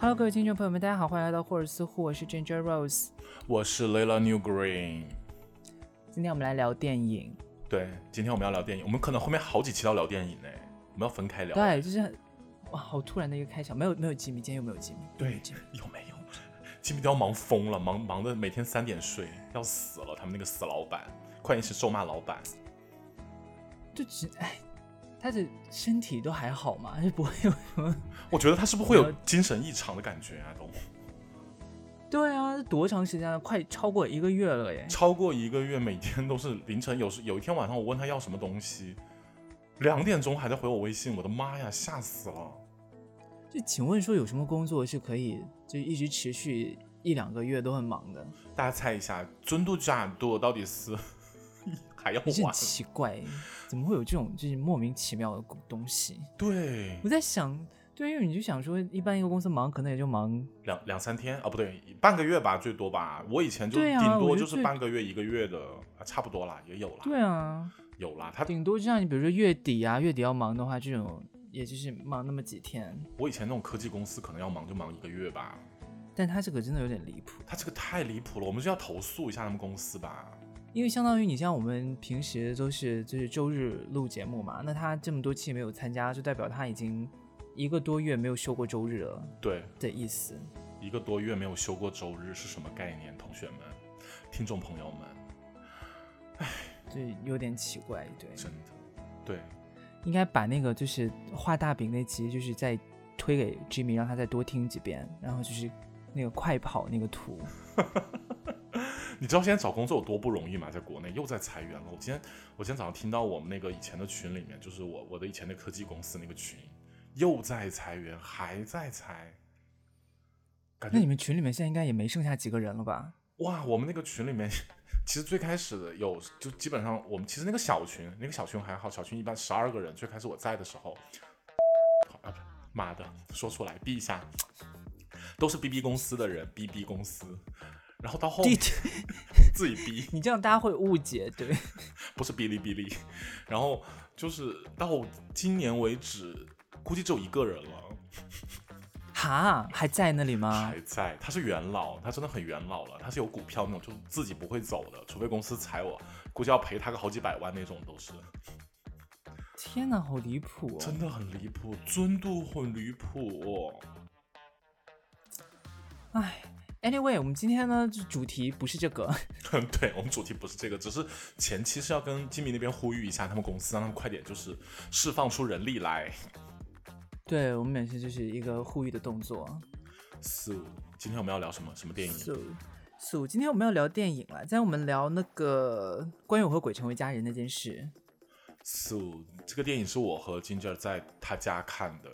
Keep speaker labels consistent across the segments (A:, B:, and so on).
A: Hello，各位听众朋友们，大家好，欢迎来到霍尔斯户，我是 Ginger Rose。
B: 我是 Layla New Green。
A: 今天我们来聊电影，
B: 对，今天我们要聊电影，我们可能后面好几期都要聊电影呢，我们要分开聊。
A: 对，就是很哇，好突然的一个开场，没有没有吉米，今天又没有吉米，
B: 对，有没有？吉米都要忙疯了，忙忙的每天三点睡，要死了。他们那个死老板，会计师咒骂老板，
A: 就只哎，他的身体都还好嘛，就不会有什么。
B: 我觉得他是不是会有
A: 我要
B: 精神异常的感觉啊？都
A: 对啊，多长时间了？快超过一个月了耶！
B: 超过一个月，每天都是凌晨，有时有一天晚上我问他要什么东西，两点钟还在回我微信，我的妈呀，吓死了！
A: 就请问说有什么工作是可以就一直持续一两个月都很忙的？
B: 大家猜一下，尊度假度到底是 还要
A: 也是很
B: 晚？
A: 奇怪，怎么会有这种就是莫名其妙的东西？
B: 对，
A: 我在想，对，因为你就想说，一般一个公司忙可能也就忙
B: 两两三天啊，不对，半个月吧，最多吧。我以前就
A: 对啊
B: 顶
A: 我
B: 多
A: 觉
B: 就
A: 得
B: 是
A: 最
B: 半个月、一个月的，啊差不多啦，也有啦，
A: 对啊，
B: 有啦。他
A: 顶多就像你比如说月底啊，月底要忙的话，这种也就是忙那么几天。
B: 我以前那种科技公司可能要忙就忙一个月吧，
A: 但他这个真的有点离谱，
B: 他这个太离谱了，我们就要投诉一下他们公司吧。
A: 因为相当于你像我们平时都是就是周日录节目嘛，那他这么多期没有参加，就代表他已经一个多月没有休过周日了
B: 对，
A: 的意思。
B: 一个多月没有休过周日是什么概念，同学们、听众朋友们，
A: 就有点奇怪，对，
B: 真的，对，
A: 应该把那个就是画大饼那集，就是再推给 Jimmy，让他再多听几遍，然后就是那个快跑那个图，
B: 你知道现在找工作有多不容易吗？在国内又在裁员了。我今天我今天早上听到我们那个以前的群里面，就是我我的以前的科技公司那个群，又在裁员，还在裁。感
A: 那
B: 觉
A: 你们群里面现在应该也没剩下几个人了吧？
B: 哇，我们那个群里面，其实最开始有就基本上我们其实那个小群，那个小群还好，小群一般十二个人。最开始我在的时候，啊妈的，说出来逼一下，都是 BB 公司的人，BB 公司。然后到后
A: 弟
B: 面
A: 弟，
B: 自己逼，
A: 你这样大家会误解，对，
B: 不是哔哩哔哩，然后就是到今年为止，估计只有一个人了，
A: 哈，还在那里吗
B: 还？在。他是元老，他真的很元老了，他是有股票那种，就是自己不会走的，除非公司裁我，估计要赔他个好几百万那种，都是
A: 天哪，好离谱哦！
B: 真的很离谱，尊度很离谱、 哦。
A: 哎，anyway，我们今天呢，就主题不是这个，
B: 对我们主题不是这个，只是前期是要跟金明那边呼吁一下他们公司，让他们快点就是释放出人力来。
A: 对我们本身就是一个呼吁的动作。
B: 四五，今天我们要聊什么？什么电影？
A: So，so，今天我们要聊电影了，今天我们聊那个关于我和鬼成为家人那件事。
B: So，这个电影是我和 Ginger 在他家看的。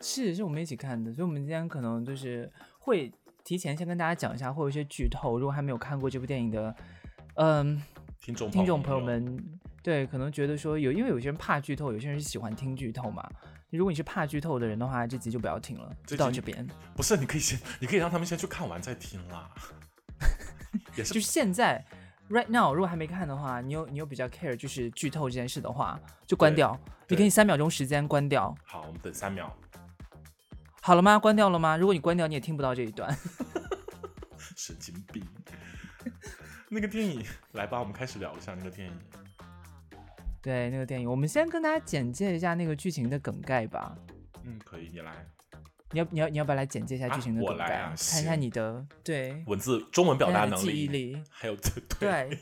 A: 是，是我们一起看的，所以我们今天可能就是会提前先跟大家讲一下，会有一些剧透。如果还没有看过这部电影的，嗯，
B: 听众
A: 听众朋友，们，对，可能觉得说有，因为有些人怕剧透，有些人是喜欢听剧透嘛。如果你是怕剧透的人的话，这集就不要听了，
B: 这
A: 就到
B: 集
A: 这边。
B: 不是你可以先，你可以让他们先去看完再听啦。也是
A: 就是现在，right now，如果还没看的话，你有你有比较 care 就是剧透这件事的话，就关
B: 对
A: 掉。你
B: 对
A: 给你三秒钟时间关掉，
B: 好，我们等三秒，
A: 好了吗？关掉了吗？如果你关掉，你也听不到这一段。
B: 神经 病。那个电影，来吧，我们开始聊一下那个电影。
A: 对，那个电影，我们先跟大家简介一下那个剧情的梗概吧。
B: 嗯，可以，你来。
A: 你要你要你要不要来简介一下
B: 啊
A: 剧情的
B: 我
A: 梗概？
B: 来啊
A: 看一下
B: 行
A: 你的对
B: 文字中文表达
A: 看一下
B: 能
A: 你的记忆
B: 力，
A: 力。
B: 还有这对
A: 对，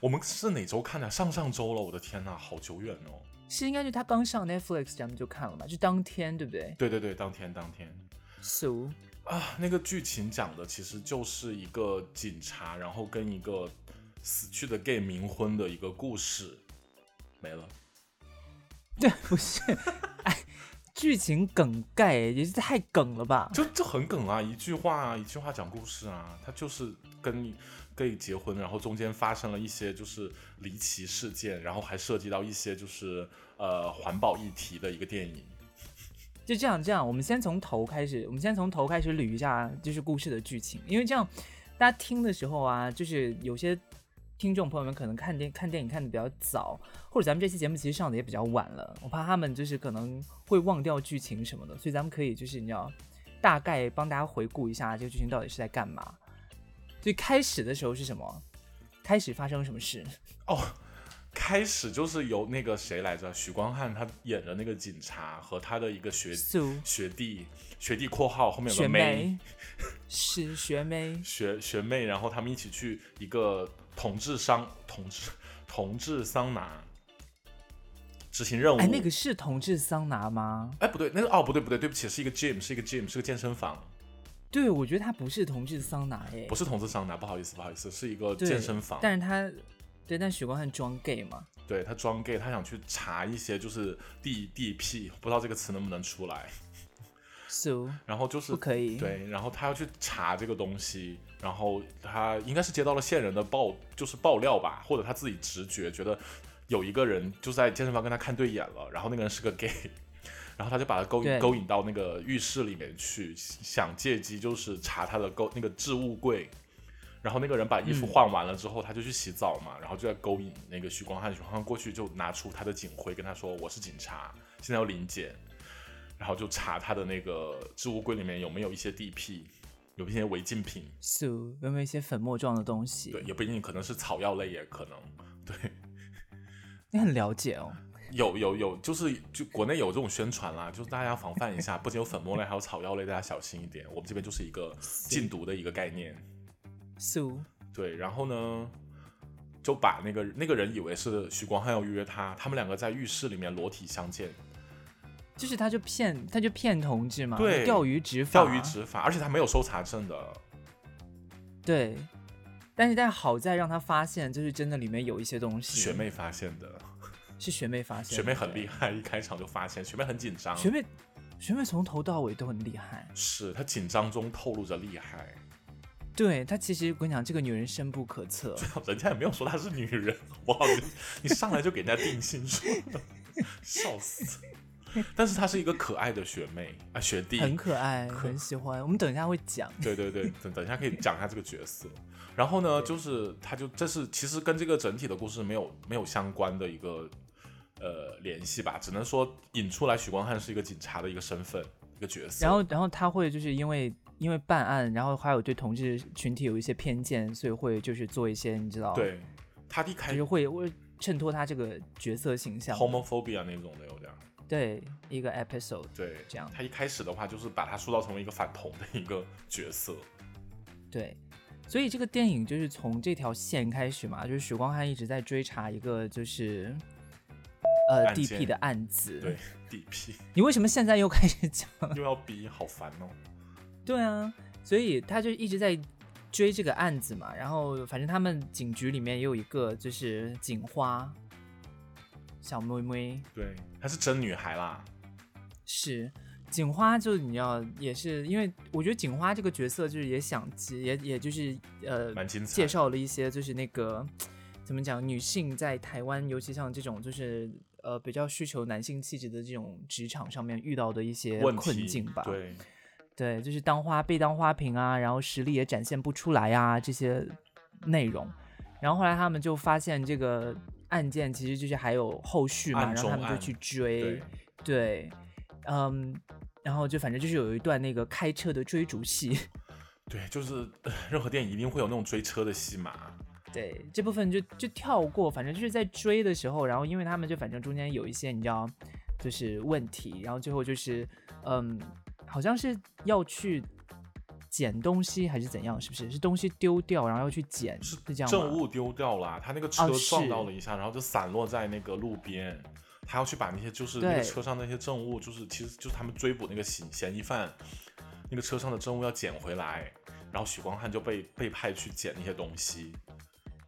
B: 我们是哪周看的？上上周了，我的天呐，好久远哦。
A: 是应该就他刚上 Netflix，咱们就看了嘛，就当天对不对
B: 对对对，当天当天。
A: ？So，
B: 啊，那个剧情讲的其实就是一个警察，然后跟一个死去的 gay 冥婚的一个故事，没了。
A: 对，不是，哎，剧情梗概也是太梗了吧？
B: 就就很梗啊，一句话啊，一句话讲故事啊，他就是跟你 gay 结婚，然后中间发生了一些就是离奇事件，然后还涉及到一些就是呃环保议题的一个电影。
A: 就这样，这样，我们先从头开始，我们先从头开始捋一下，就是故事的剧情，因为这样大家听的时候啊，就是有些听众朋友们可能看电看电影看的比较早，或者咱们这期节目其实上的也比较晚了，我怕他们就是可能会忘掉剧情什么的，所以咱们可以就是你知道，大概帮大家回顾一下这个剧情到底是在干嘛。最开始的时候是什么？开始发生什么事？
B: 哦，开始就是由那个谁来着，许光汉他演的那个警察和他的一个学
A: 苏
B: 学弟，学弟（括号后面有
A: 学
B: 个
A: 妹 是学 妹，
B: 学学妹，然后他们一起去一个同志桑同志同志桑拿执行任务。
A: 哎，那个是同志桑拿吗？
B: 哎不对，那个哦不对不对，对不起，是一个 gym，是一个 gym，是个健身房，
A: 对，我觉得它不是同志桑拿哎，
B: 不是同志桑拿，不好意思不好意思，是一个
A: 对
B: 健身房。
A: 但是他对，但许光汉装 gay 嘛，
B: 对他装 gay，他想去查一些就是地地 P，不知道这个词能不能出来。
A: so
B: 然后就是
A: 不可以。，
B: 对，然后他要去查这个东西，然后他应该是接到了线人的爆，就是爆料吧，或者他自己直觉觉得有一个人就在健身房跟他看对眼了，然后那个人是个 gay，然后他就把他勾
A: 对
B: 引勾引到那个浴室里面去，想借机就是查他的勾那个置物柜。然后那个人把衣服
A: 嗯
B: 换完了之后，他就去洗澡嘛，然后就在勾引那个许光汉。许光汉过去就拿出他的警徽，跟他说：“我是警察，现在要临检。”然后就查他的那个置物柜里面有没有一些地痞，有一些违禁品，
A: so 有没有一些粉末状的东西？
B: 对，也不一定，可能是草药类，也可能对，
A: 你很了解哦。
B: 有有有，就是就国内有这种宣传啦，就是大家要防范一下，不仅有粉末类，还有草药类，大家小心一点。我们这边就是一个禁毒的一个概念，
A: so
B: 对，然后呢，就把那个那个人以为是许光汉要约他，他们两个在浴室里面裸体相见，
A: 就是他就骗他就骗同志嘛，
B: 对
A: 钓鱼执法，
B: 钓鱼执法，而且他没有搜查证的，
A: 嗯对。但是但好在让他发现，就是真的里面有一些东西。
B: 学妹发现的，
A: 是学妹发现的，
B: 学妹很厉害，啊一开场就发现，学妹很紧张，
A: 学妹学妹从头到尾都很厉害。
B: 是她紧张中透露着厉害，
A: 对她其实我跟你讲，这个女人深不可测。
B: 人家也没有说她是女人，好不好？你 你上来就给人家定性说， 笑死。但是她是一个可爱的学妹啊，学弟，
A: 很可爱，很喜欢。我们等一下会讲。
B: 对对对，等等一下可以讲一下这个角色。然后呢，就是他就这是其实跟这个整体的故事没有没有相关的一个呃联系吧，只能说引出来许光汉是一个警察的一个身份一个角色。
A: 然后，然后他会就是因为因为办案，然后还有对同志群体有一些偏见，所以会就是做一些你知道，，
B: 对他一开
A: 就是会会衬托他这个角色形象。
B: homophobia 啊那种的有点儿，
A: 对，一个 episode
B: 对，
A: 这样
B: 他一开始的话就是把他塑造成为一个反同的一个角色，
A: 对。所以这个电影就是从这条线开始嘛，就是许光汉一直在追查一个就是，呃
B: 案件
A: DP 的案子。
B: 对，，DP
A: 你为什么现在又开始讲？
B: 又要逼，好烦 哦。
A: 对啊，所以他就一直在追这个案子嘛。然后反正他们警局里面也有一个就是警花小妹妹，
B: 对，她是真女孩啦，
A: 是警花，就你要也是因为我觉得警花这个角色就是也想也也就是呃
B: 蛮精彩的。
A: 介绍了一些就是那个怎么讲女性在台湾，尤其像这种就是。呃，比较需求男性气质的这种职场上面遇到的一些
B: 问
A: 困
B: 题
A: 境吧，
B: 对，
A: 对，就是当花被当花瓶啊，然后实力也展现不出来啊这些内容。然后后来他们就发现这个案件其实就是还有后续嘛，
B: 暗
A: 然后
B: 中
A: 他们就
B: 案
A: 去追
B: 对，
A: 对，嗯，然后就反正就是有一段那个开车的追逐戏，
B: 对，就是 呃任何电影一定会有那种追车的戏码，
A: 对这部分就就跳过，反正就是在追的时候，然后因为他们就反正中间有一些你知道就是问题，然后最后就是嗯，好像是要去捡东西还是怎样，是不是？是东西丢掉，然后要去捡，是这样吗？
B: 证物丢掉啦，他那个车
A: 哦是
B: 撞到了一下，然后就散落在那个路边。他要去把那些就是
A: 对
B: 那个车上那些证物，就是其实就是他们追捕那个嫌嫌疑犯，那个车上的证物要捡回来，然后许光汉就被被派去捡那些东西。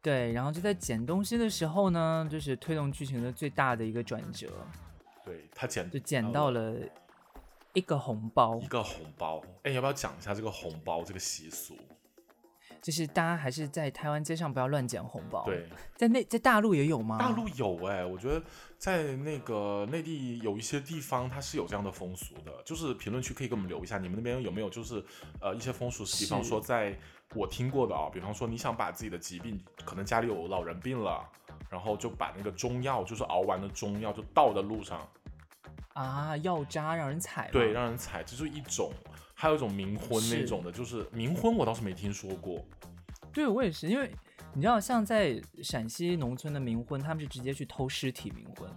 A: 对，然后就在捡东西的时候呢，就是推动剧情的最大的一个转折，
B: 对他捡
A: 就捡到了一个红包
B: 一，个红包。哎，你要不要讲一下这个红包这个习俗？
A: 就是大家还是在台湾街上不要乱捡红包。，
B: 对，
A: 在内在大陆也有吗？
B: 大陆有哎、我觉得在那个内地有一些地方它是有这样的风俗的，就是评论区可以给我们留一下，你们那边有没有就是呃一些风俗是，比方
A: 是
B: 说在我听过的啊、比方说你想把自己的疾病，可能家里有老人病了，然后就把那个中药，就是熬完的中药就倒在路上，
A: 啊，药渣让人踩吗
B: 对，让人踩，这就是一种。还有一种冥婚
A: 嗯
B: 那
A: 是
B: 种的，就是冥婚我倒是没听说过，
A: 对我也是，因为你知道，像在陕西农村的冥婚，他们是直接去偷尸体冥婚，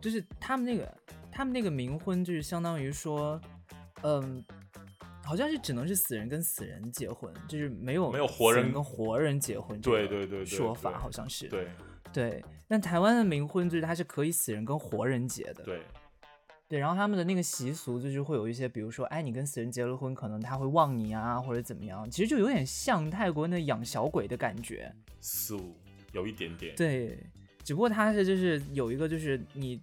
A: 就是他们那个他们那个冥婚，就是相当于说，嗯。好像是只能是死人跟死人结婚，就是没有
B: 没有活
A: 死
B: 人
A: 跟活人结婚这个
B: 对对对对
A: 说
B: 对
A: 法好像是
B: 对
A: 对。但台湾的冥婚就是它是可以死人跟活人结的，
B: 对，
A: 对，然后他们的那个习俗就是会有一些，比如说，哎，你跟死人结了婚，可能他会忘你啊，或者怎么样，其实就有点像泰国那养小鬼的感觉。
B: 四五有一点点，
A: 对，只不过他是就是有一个就是你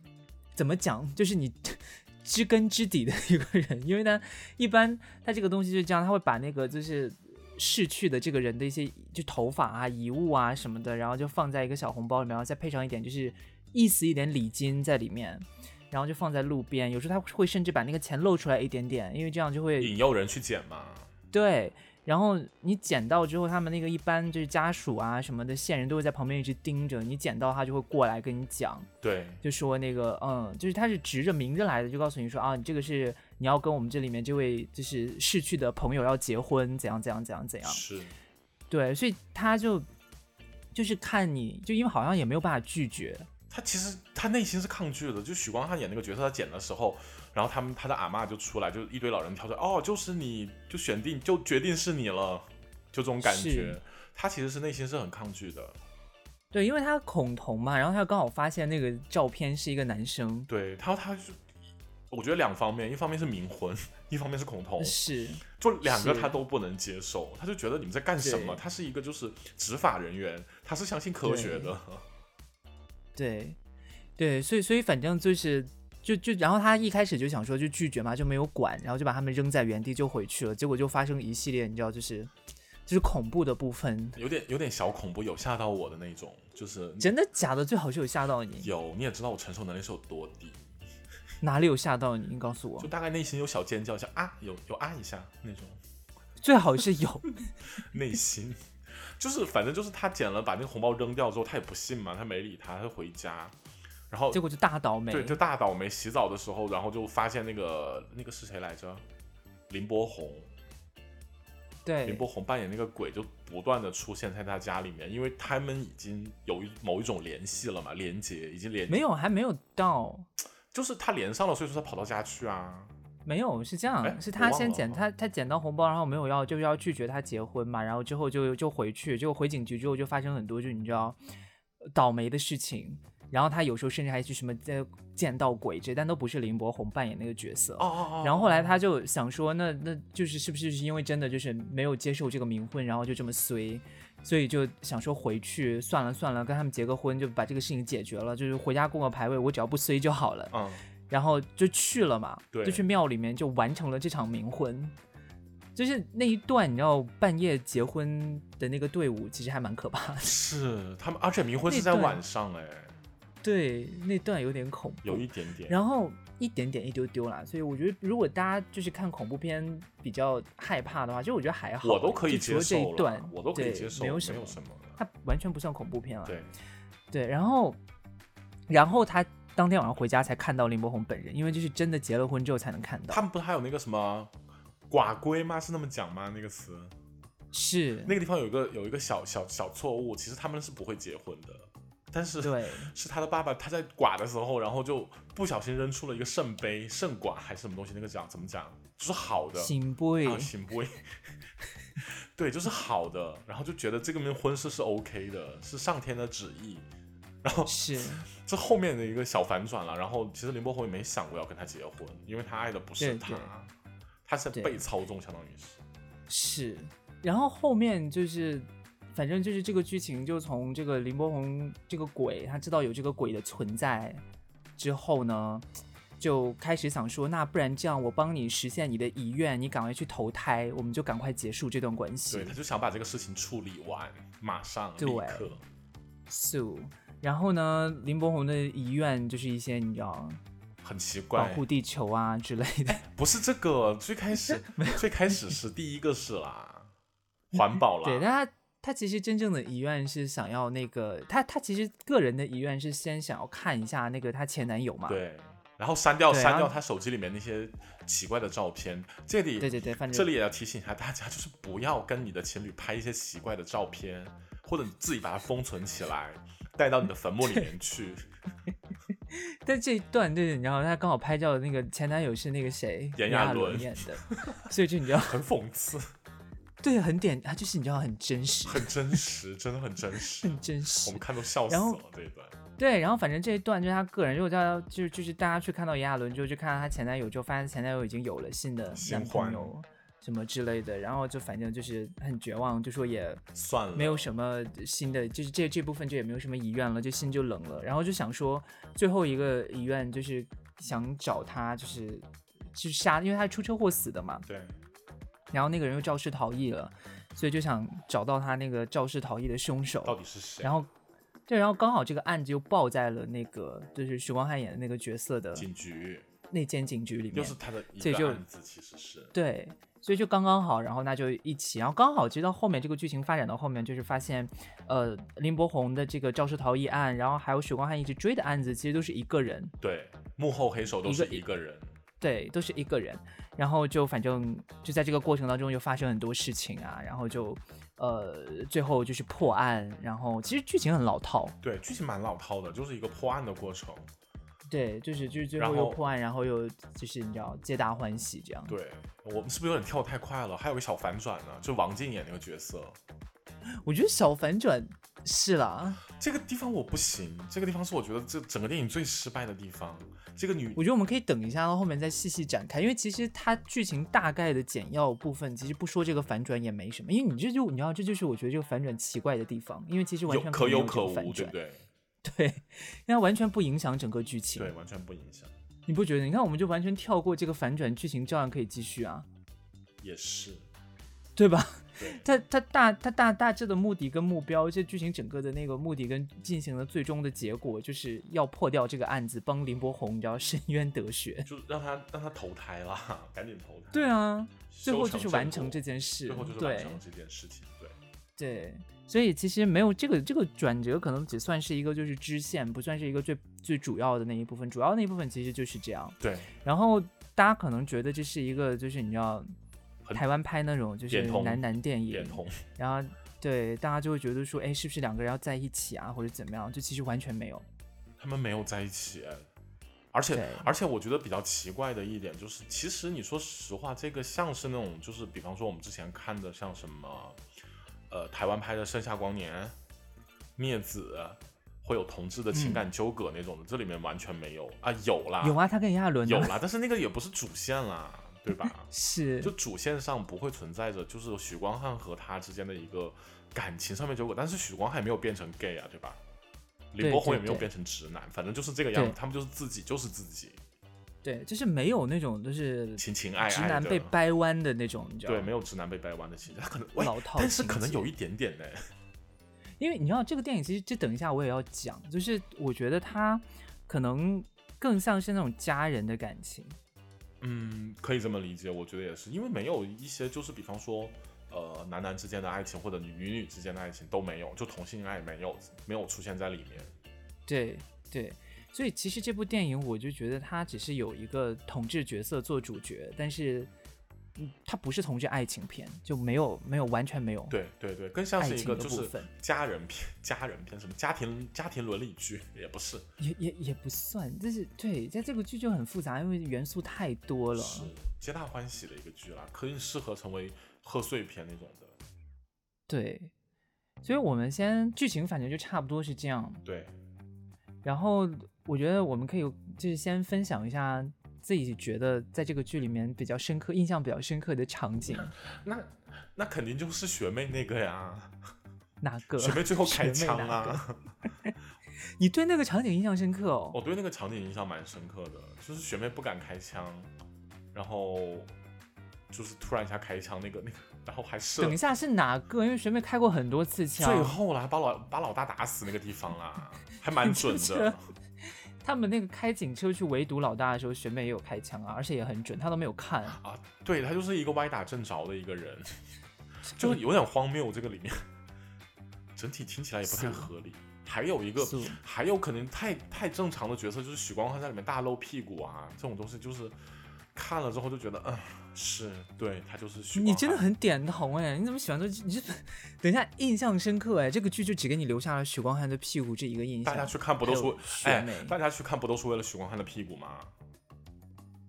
A: 怎么讲，就是你 知根知底的一个人，因为他一般他这个东西就是这样，他会把那个就是逝去的这个人的一些就头发啊、遗物啊什么的，然后就放在一个小红包里面，然后再配上一点就是意思一点礼金在里面。然后就放在路边，有时候他会甚至把那个钱露出来一点点，因为这样就会
B: 引诱人去捡嘛，
A: 对，然后你捡到之后，他们那个一般就是家属啊什么的线人都会在旁边一直盯着，你捡到他就会过来跟你讲，
B: 对，
A: 就说那个嗯，就是他是直着明着来的，就告诉你说啊，你这个是你要跟我们这里面这位就是逝去的朋友要结婚，怎样怎样怎样怎样。
B: 是。
A: 对，所以他就就是看你就因为好像也没有办法拒绝，
B: 他其实他内心是抗拒的，就许光汉演那个角色，他剪的时候，然后他们他的阿嬷就出来，就一堆老人跳出来，哦，就是你，就选定，就决定是你了，就这种感觉
A: 是。
B: 他其实是内心是很抗拒的，
A: 对，因为他恐同嘛，然后他又刚好发现那个照片是一个男生，
B: 对他他就，我觉得两方面，一方面是冥婚，一方面哦是恐同，
A: 是
B: 就两个
A: 是
B: 他都不能接受，他就觉得你们在干什么？
A: 对
B: 他是一个就是执法人员，他是相信科学的，
A: 对，对，所以所以反正就是就就，然后他一开始就想说就拒绝嘛，就没有管，然后就把他们扔在原地就回去了，结果就发生一系列你知道就是就是恐怖的部分，
B: 有点有点小恐怖，有吓到我的那种，就是
A: 真的假的？最好是有吓到你，
B: 有你也知道我承受能力是有多低。
A: 哪里有吓到你？你告诉我
B: 就，大概内心有小尖叫一下啊，有有啊一下那种
A: 最好是 有，
B: 内心，就是反正就是他捡了把那个红包扔掉之后，他也不信嘛，他没理他，他就回家，然后
A: 结果就大倒霉。
B: 对就大倒霉，洗澡的时候，然后就发现那个那个是谁来着？林柏宏，林
A: 对
B: 柏宏扮演那个鬼就不断的出现在他家里面，因为他们已经有一某一种联系了嘛，连接已经连
A: 没有还没有到，
B: 就是他连上了，所以说他跑到家去啊，
A: 没有是这
B: 哎
A: 样，是
B: 我
A: 他
B: 忘
A: 先
B: 了
A: 捡
B: 忘
A: 他他捡到红包，然后没有要就是要拒绝他结婚嘛，然后之后就就回去，结果回警局之后就发生很多就你知道呃倒霉的事情，然后他有时候甚至还去什么在见到鬼这，但都不是林柏宏扮演那个角色。
B: 哦哦哦，
A: 然后后来他就想说，那那就是是不是是因为真的就是没有接受这个冥婚，然后就这么衰，所以就想说回去算了算了，跟他们结个婚就把这个事情解决了，就是回家供个牌位，我只要不衰就好了。
B: 嗯，
A: 然后就去了嘛，
B: 对
A: 就去庙里面就完成了这场冥婚。就是那一段，你知道半夜结婚的那个队伍，其实还蛮可怕的。
B: 是他们，而且冥婚是在
A: 那段
B: 晚上哎、
A: 对，那段有点恐怖，
B: 有一点点。
A: 然后一点点一丢丢啦。所以我觉得，如果大家就是看恐怖片比较害怕的话，其实我觉得还好，
B: 我都可以
A: 就除
B: 接
A: 了这
B: 受
A: 一段
B: 了，，我都可以
A: 对
B: 接受，
A: 没
B: 没
A: 有
B: 什
A: 什么，嗯
B: 了
A: 它完全不算恐怖片了。
B: 对，
A: 对，然后，然后他当天晚上回家才看到林柏宏本人，因为就是真的结了婚之后才能看到。
B: 他们不是还有那个什么寡龟吗？是那么讲吗？那个词，
A: 是，
B: 那个地方有一个有一个小小小错误，其实他们是不会结婚的，但是
A: 对。
B: 是他的爸爸他在寡的时候，然后就不小心扔出了一个圣杯、圣寡还是什么东西，那个讲怎么讲，就是好的，
A: 醒不会
B: 啊，行不会。 对，就是好的，然后就觉得这个冥婚事是 OK 的，是上天的旨意，然后
A: 是，
B: 这后面的一个小反转了。然后其实林柏宏也没想过要跟他结婚，因为他爱的不是
A: 对
B: 他
A: 对，
B: 他是
A: 对
B: 被操纵，相当于是。
A: 是，然后后面就是，反正就是这个剧情就从这个林柏宏这个鬼，他知道有这个鬼的存在之后呢，就开始想说，那不然这样，我帮你实现你的遗愿，你赶快去投胎，我们就赶快结束这段关
B: 对，
A: 系。
B: 他就想把这个事情处理完，马上立
A: 对
B: 刻。
A: So，然后呢，林柏宏的遗愿就是一些你知道
B: 很奇
A: 保
B: 怪，
A: 护地球啊之类的。
B: 不是这个，最 开始最开始是第一个是啦，环保啦，
A: 对，但他他其实真正的遗愿是想要那个，他他其实个人的遗愿是先想要看一下那个她前男友嘛。
B: 对，然后删掉
A: 对
B: 删
A: 然
B: 掉
A: 后
B: 他手机里面那些奇怪的照片。这里
A: 对对对，反正
B: 这里也要提醒一下大家，就是不要跟你的情侣拍一些奇怪的照片，或者你自己把它封存起来，带到你的坟墓里面去。
A: 但这一段就是你知道，他刚好拍照的那个前男友是那个谁，
B: 炎
A: 炎
B: 亚
A: 亚
B: 纶
A: 纶演的， 所以就你知道，
B: 很讽刺，
A: 对，很点，他就是你知道很真实，
B: 很真实，真的很真实，
A: 很真
B: 我
A: 实
B: 们。看都笑死
A: 然后
B: 了这一段。
A: 对，然后反正这一段就是他个人，如果大家就就是大家去看到炎亚纶之后，就看到他前男友，就发现前男友已经有了新的
B: 新
A: 男朋
B: 欢
A: 友什么之类的，然后就反正就是很绝望，就说也
B: 算了，
A: 没有什么新的，就是这这部分就也没有什么遗愿了，就心就冷了。然后就想说，最后一个遗愿就是想找他，就是去杀，因为他出车祸死的嘛。
B: 对，
A: 然后那个人又肇事逃逸了，所以就想找到他那个肇事逃逸的凶
B: 到
A: 手。
B: 底是谁？
A: 然后，对，然后刚好这个案子又报在了那个就是许光汉演的那个角色的
B: 警局
A: 那间警局里面，
B: 又是他的一
A: 这
B: 个
A: 就
B: 案子，其实是
A: 对，所以就刚刚好，然后那就一起，然后刚好直到后面这个剧情发展到后面，就是发现，呃，林柏宏的这个肇事逃逸案，然后还有许光汉一直追的案子，其实都是一个人，
B: 对幕后黑手都
A: 一
B: 是
A: 个
B: 一个人，
A: 对，都是一个人，然后就反正就在这个过程当中就发生很多事情啊，然后就，呃，最后就是破案，然后其实剧情很老套，
B: 对，剧情蛮老套的，就是一个破案的过程。
A: 对，就是就是最
B: 然
A: 后又
B: 后
A: 破案，然后又就是你知道皆大欢喜这样，
B: 对我们是不是有点跳得太快了？还有个小反转呢，就王静演那个角色，
A: 我觉得小反转是啦，
B: 这个地方我不行，这个地方是我觉得这整个电影最失败的地方。这个女
A: 我觉得我们可以等一下，到后面再细细展开，因为其实它剧情大概的简要部分，其实不说这个反转也没什么，因为你这就你知道，这就是我觉得这个反转奇怪的地方，因为其实完
B: 有
A: 全
B: 可
A: 没
B: 有
A: 这
B: 可
A: 个反
B: 无，对
A: 转
B: 不，对？
A: 对，因为它完全不影响整个剧情
B: 对，，完全不影响，
A: 你不觉得？你看，我们就完全跳过这个反转，剧情照样可以继续啊，
B: 也是。
A: 对吧？
B: 对，
A: 它它大它大大致的目的跟目标，这剧情整个的那个目的跟进行的最终的结果，就是要破掉这个案子，帮林柏宏你知道伸冤得雪。
B: 就让她让她投胎啦， 赶紧投胎。
A: 对，啊，最后就
B: 修成
A: 是
B: 正
A: 完
B: 果
A: 成这件事，
B: 最后就是完
A: 对
B: 成了这件事情。对，
A: 对，所以其实没有这个这个转折，可能只算是一个就是支线，不算是一个最最主要的那一部分。主要那一部分其实就是这样。
B: 对，
A: 然后大家可能觉得这是一个就是你知道
B: 很
A: 台湾拍那种就是
B: 眼红
A: 男男电影
B: 眼，红。
A: 然后对大家就会觉得说，哎，是不是两个人要在一起啊，或者怎么样？就其实完全没有。
B: 他们没有在一起，而且
A: 对
B: 而且我觉得比较奇怪的一点就是，其实你说实话，这个像是那种就是，比方说我们之前看的像什么，呃，台湾拍的《盛夏光年》《孽子》，会有同志的情感纠葛那种的，这里面完全没有啊，有啦，
A: 嗯有啊，他跟炎亚纶
B: 有
A: 的
B: 啦，但是那个也不是主线啦，对吧？
A: 是
B: 就主线上不会存在着就是许光汉和他之间的一个感情上面纠葛，但是许光汉也没有变成 gay 啊，对吧？林
A: 对
B: 柏宏
A: 对
B: 也没有
A: 对
B: 变成直男，反正就是这个样子
A: 对，
B: 他们就是自己就是自己，
A: 对，就是没有那种就是
B: 情情爱爱的，
A: 直男被掰弯的那种，你知道吗？
B: 对，没有直男被掰弯的情节，他可能喂
A: 老套
B: 但是
A: 情
B: 可能
A: 节
B: 有一点点呢，
A: 因为你知道这个电影，其实这等一下我也要讲，就是我觉得它可能更像是那种家人的感情，
B: 嗯，可以这么理解，我觉得也是，因为没有一些就是比方说。呃，男男之间的爱情或者女女之间的爱情都没有，就同性爱没有没有出现在里面。
A: 对对。所以其实这部电影，我就觉得它只是有一个同志角色做主角，但是，嗯，它不是同志爱情片，就没有没有完全没有
B: 对对对，更像
A: 爱
B: 是一
A: 情
B: 个
A: 的
B: 就
A: 部
B: 是
A: 分，
B: 家人片，家人片什么家庭家庭伦理剧也不是，
A: 也也也不算。但是对，在这个剧就很复杂，因为元素太多了。
B: 是皆大欢喜的一个剧啦，可以适合成为贺岁片那种的。
A: 对，所以我们先剧情反正就差不多是这样。
B: 对，
A: 然后我觉得我们可以就是先分享一下自己觉得在这个剧里面比较深刻、印象比较深刻的场 景，
B: 那那肯定就是学妹那个呀，
A: 哪个？
B: 学妹最后
A: 学妹
B: 开 枪
A: 哪个
B: 啊，
A: 你对那个场景印象深刻哦？
B: 我对那个场景印象蛮深刻的，就是学妹不敢开枪，然后就是突然一下开枪，那个那个，然后还射
A: 等一，下是哪个？因为学妹开过很多次枪
B: 最，后啦，把老把老大打死那个地方啦，还蛮准
A: 你这
B: 的。
A: 他们那个开警车去围堵老大的时候，学妹也有开枪啊，而且也很准，她都没有看。
B: 啊，对他就是一个歪打正着的一个人，就是有点荒谬。这个里面整体听起来也不太
A: 是啊
B: 合理。还有一个，
A: 是啊
B: 还有可能太太正常的角色就是许光汉在里面大露屁股啊，这种东西就是看了之后就觉得，嗯，是对他就是许光汉。
A: 你真的很点头哎！你怎么喜欢这？你这等一下印象深刻哎！这个剧就只给你留下了许光汉的屁股这一个印
B: 大家
A: 象，
B: 去看不都是为
A: 还有选
B: 哎
A: 美，
B: 大家去看不都是为了许光汉的屁股吗？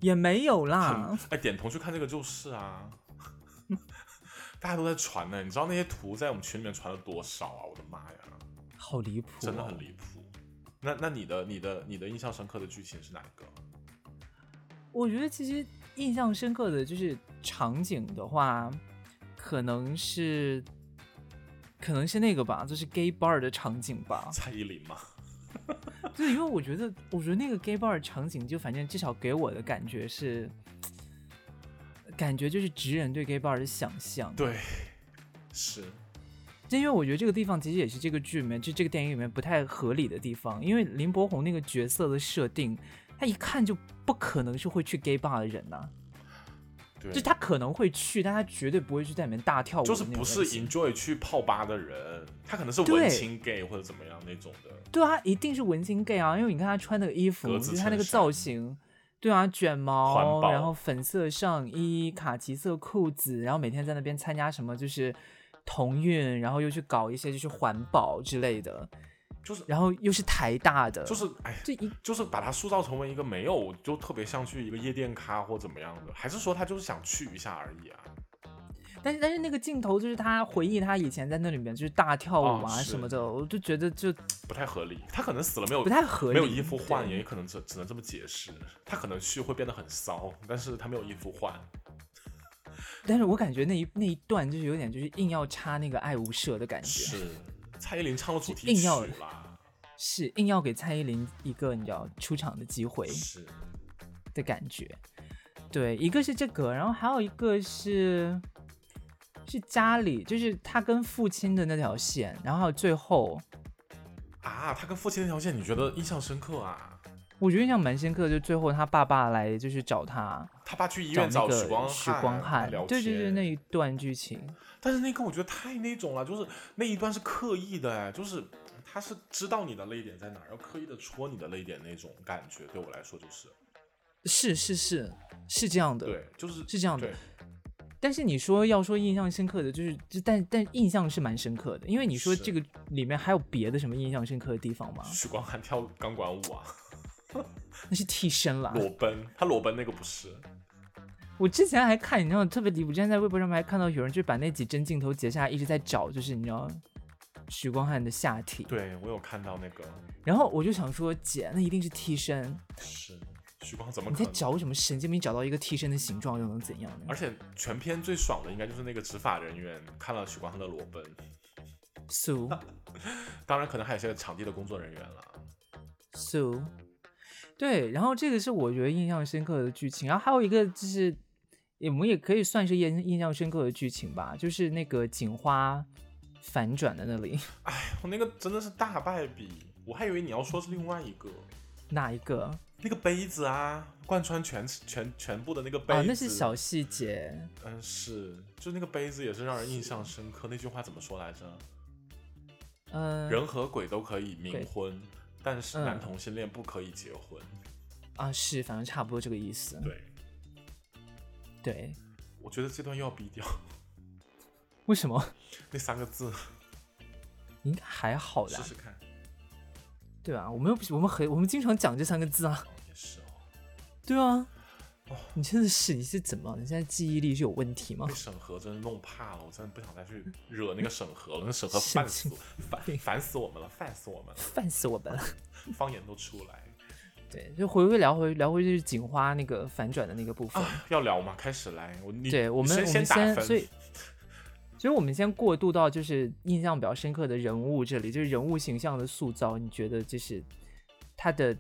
A: 也没有啦
B: 很。哎，点头去看这个就是啊， 大家都在传呢、你知道那些图在我们群里面传了多少啊？我的妈呀！
A: 好离谱、哦
B: 真的很。离谱。那那你的你的你的印象深刻的剧情是哪一个？
A: 我觉得其实印象深刻的就是场景的话，可能是可能是那个吧，就是 gay bar 的场景吧
B: 。蔡依林吗？
A: 就是因为我觉得，我觉得那个 gay bar 场景，就反正至少给我的感觉是，感觉就是直人对 gay bar 的想象。
B: 对，是
A: 就因为我觉得这个地方其实也是这个剧里面，就这个电影里面不太合理的地方，因为林柏宏那个角色的设定，他一看就不可能是会去 gay bar 的人呐、
B: 对，
A: 就他可能会去，但他绝对不会去在里面大跳舞
B: 就
A: 的
B: 是
A: 那种类型，
B: 不是 enjoy 去泡吧的人，他可能是文
A: 对
B: 青 gay 或者怎么样那种的。
A: 对啊，一定是文青 gay 啊，因为你看他穿那个衣服，
B: 格子
A: 就是他那个
B: 衬衫
A: 造型，对啊，卷
B: 环
A: 毛，
B: 保
A: 然后粉色上衣、卡其色裤子，然后每天在那边参加什么就是同运，然后又去搞一些就是环保之类的，
B: 就是
A: 然后又是台大的，
B: 就是哎，
A: 这一
B: 就是把他塑造成为一个没有就特别像去一个夜店咖或怎么样的，还是说他就是想去一下而已啊？
A: 但是但是那个镜头就是他回忆他以前在那里面就是大跳舞
B: 哦
A: 啊
B: 是
A: 什么的，我就觉得就
B: 不太合理。他可能死了没有
A: 不太合理，
B: 没有衣服换，
A: 对
B: 也可能只只能这么解释。他可能去会变得很骚，但是他没有衣服换。
A: 但是我感觉那一那一段就是有点就是硬要插那个爱无赦的感觉，
B: 是蔡依林唱的主题
A: 硬
B: 曲
A: 要
B: 啦，
A: 是硬要给蔡依林一个你知道出场的机会
B: 是
A: 的感觉。对，一个是这个，然后还有一个是是家里，就是他跟父亲的那条线，然后还有最后
B: 啊，他跟父亲那条线，你觉得印象深刻啊？
A: 我觉得印象蛮深刻的，就是最后他爸爸来就是找他。
B: 他爸去医
A: 找
B: 院
A: 那
B: 找
A: 个
B: 许光
A: 许光
B: 汉
A: 汉
B: 聊，
A: 对
B: 天，
A: 对对，那一段剧情，
B: 但是那个我觉得太那种了，就是那一段是刻意的，哎，就是他是知道你的泪点在哪儿，要刻意的戳你的泪点那种感觉，对我来说就是
A: 是是是是这样的，
B: 对，就是
A: 是这样的
B: 对。
A: 但是你说要说印象深刻的，就是就但但印象是蛮深刻的，因为你说
B: 是
A: 这个里面还有别的什么印象深刻的地方吗？
B: 许光汉跳钢管舞啊，
A: 那是替身啦。
B: 裸奔，他裸奔那个不是，
A: 我之前还看，你知道特别离谱，之前在微博上面还看到有人就把那几帧镜头截下来，一直在找，就是你知道许光汉的下体。
B: 对我有看到那个
A: 然后我就想说，姐，那一定是替身，
B: 是许光汉怎么
A: 你在
B: 可能？
A: 找什么神经病？找到一个替身的形状又能怎样呢
B: 而？且全片最爽的应该就是那个执法人员看了许光汉的裸奔，
A: 苏。
B: 当然可能还有一些场地的工作人员了。
A: So，对，然后这个是我觉得印象深刻的剧情，然后还有一个就是，也我们也可以算是印印象深刻的剧情吧，就是那个警花反转的那里
B: 哎，我那个真的是大败笔，我还以为你要说是另外一个
A: 哪一个
B: 那个杯子啊，贯穿全全全部的那个杯子。
A: 啊？那是小细节，
B: 嗯是，就那个杯子也是让人印象深刻。那句话怎么说来着？
A: 嗯、
B: 人和鬼都可以冥
A: 鬼
B: 婚，但是
A: 嗯
B: 男同性恋不可以结婚。
A: 啊是，反正差不多这个意思。
B: 对，
A: 对，
B: 我觉得这段又要逼掉
A: 为什么？
B: 那三个字，
A: 应该还好啦
B: 试，试看。
A: 对吧？我们又不是我们很我们经常讲这三个字啊，
B: 哦，也是哦。
A: 对啊。你真的是你是怎么？你现在记忆力是有问题吗
B: 被？审核真的弄怕了，我真的不想再去惹那个审核了，那审核烦死我，烦烦死我们了，烦死我们了，
A: 烦死我们了！
B: 方言都出来
A: 对，就回回聊回聊回就是警花那个反转的那个部分。
B: 啊！要聊吗？开始来，我你
A: 对我们
B: 先
A: 我们
B: 打
A: 先
B: 分，
A: 所以所以我们先过渡到就是印象比较深刻的人物这里，就是人物形象的塑造，你觉得就是它的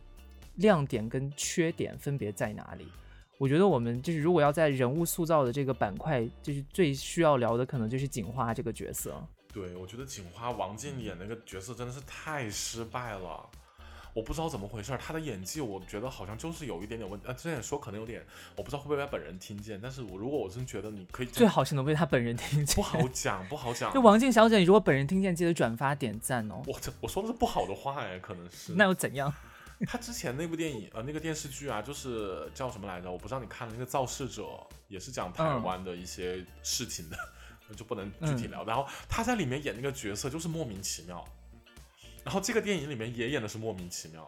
A: 亮点跟缺点分别在哪里？我觉得我们就是如果要在人物塑造的这个板块，就是最需要聊的可能就是警花这个角色。
B: 对，我觉得警花王静演那个角色真的是太失败了，我不知道怎么回事儿，她的演技我觉得好像就是有一点点问题。啊，之前说可能有点，我不知道会不会被本人听见，但是我如果我真觉得你可以，
A: 最好是能被他本人听
B: 不
A: 见。
B: 好讲，不好 讲
A: 就。王静小姐，你如果本人听见，记得转发点赞哦。
B: 我这我说的是不好的话哎，可能是
A: 那又怎样？
B: 他之前那部电影呃那个电视剧啊，就是叫什么来着？我不知道你看了那个《肇事者》，也是讲台
A: 嗯
B: 湾的一些事情的， 呃就不能具体聊。然后他在里面演那个角色就是莫名其妙，然后这个电影里面也演的是莫名其妙。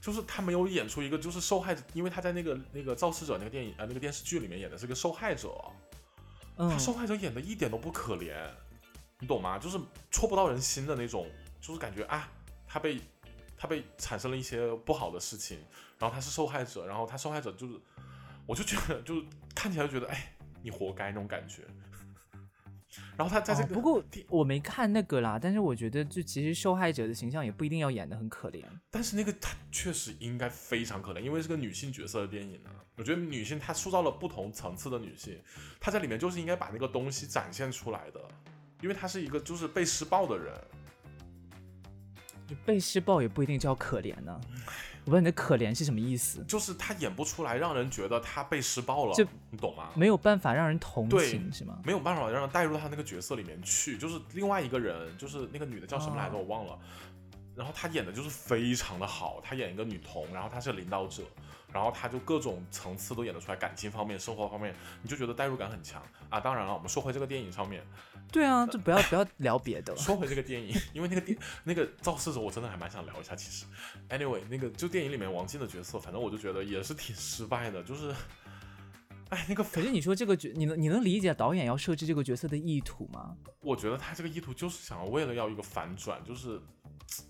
B: 就是他没有演出一个，就是受害者，因为他在那个那个肇事者那个电影呃那个电视剧里面演的是个受害者，
A: 嗯
B: 他，受害者演的一点都不可怜，你懂吗？就是戳不到人心的那种，就是感觉啊，他被他被产生了一些不好的事情，然后他是受害者，然后他受害者就是，我就觉得就是看起来就觉得哎，你活该那种感觉。 然后他在这
A: 哦
B: 个、
A: 不过
B: 电
A: 我没看那个啦，但是我觉得就其实受害者的形象也不一定要演的很可怜。
B: 但是那个她确实应该非常可怜，因为是个女性角色的电影啊。我觉得女性她塑造了不同层次的女性，她在里面就是应该把那个东西展现出来的，因为她是一个就是被施暴的人。
A: 就被施暴也不一定叫可怜呢、
B: 嗯
A: 我问你的可怜是什么意思？
B: 就是他演不出来，让人觉得他被施暴了
A: 这，
B: 你懂吗？
A: 没有办法让人同
B: 对
A: 情是吗？
B: 没有办法让人带入到他那个角色里面去，就是另外一个人，就是那个女的叫什么来着，
A: 哦
B: 我忘了。然后她演的就是非常的好，她演一个女童，然后她是领导者，然后她就各种层次都演得出来，感情方面、生活方面，你就觉得代入感很强啊。当然了，我们说回这个电影上面，
A: 对啊，就不要不要聊别的了。
B: 说回这个电影， 因为那个电那个肇事者，我真的还蛮想聊一下。其实，anyway，那个就电影里面王静的角色，反正我就觉得也是挺失败的，就是，哎，那个
A: 可是你说这个角，你能你能理解导演要设置这个角色的意图吗？
B: 我觉得他这个意图就是想要为了要一个反转，就是嘖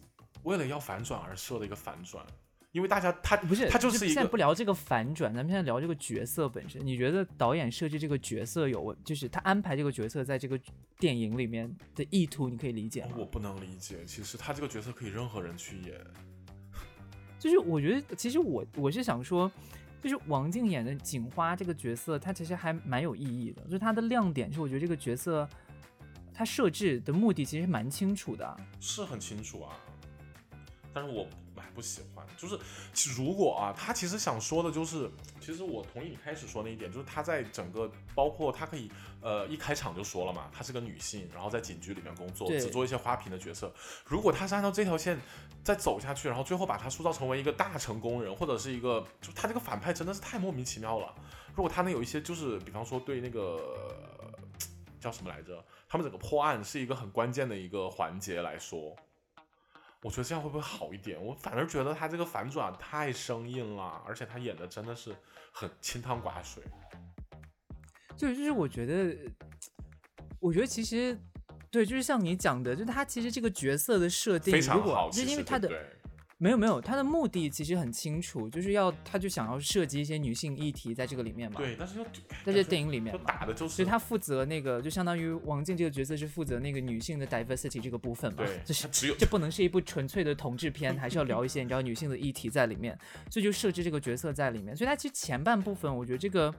B: 为了要反转而设的一个反转，因为大家他
A: 不是，
B: 他就是是一
A: 现在
B: 个
A: 不聊这个反转，咱们现在聊这个角色本身。你觉得导演设置这个角色有问，就是他安排这个角色在这个电影里面的意图，你可以理解吗？
B: 我不能理解，其实他这个角色可以任何人去演，
A: 就是我觉得，其实我我是想说，就是王静演的警花这个角色，她其实还蛮有意义的。就是她的亮点是，我觉得这个角色她设置的目的其实蛮清楚的。
B: 是很清楚啊，但是我还不喜欢，就是其如果啊，他其实想说的就是，其实我同意你开始说那一点，就是他在整个包括他可以呃一开场就说了嘛，她是个女性，然后在警局里面工作，
A: 对
B: 只做一些花瓶的角色。如果他是按照这条线再走下去，然后最后把他塑造成为一个大成功人，或者是一个就他这个反派真的是太莫名其妙了。如果他能有一些就是比方说对那个呃叫什么来着，他们整个破案是一个很关键的一个环节来说。我觉得这样会不会好一点？我反而觉得他这个反转太生硬了，而且他演的真的是很清汤寡水。
A: 对，就是我觉得，我觉得其实对，就是像你讲的，就是她其实这个角色的设定，
B: 非常
A: 如果
B: 好，
A: 就
B: 其
A: 是因为
B: 实
A: 她的
B: 对不对
A: 没有没有，她的目的其实很清楚，就是要她就想要涉及一些女性议题在这个里面嘛，
B: 对，但是又
A: 在这电影里面
B: 就
A: 嘛。
B: 打的
A: 所
B: 就是
A: 以他负责那个，就相当于王静这个角色是负责那个女性的 diversity 这个部分嘛，
B: 对，
A: 就是
B: 他只有
A: 这不能是一部纯粹的同志片，还是要聊一些你知道女性的议题在里面，所以就设置这个角色在里面。所以它其实前半部分，我觉得这个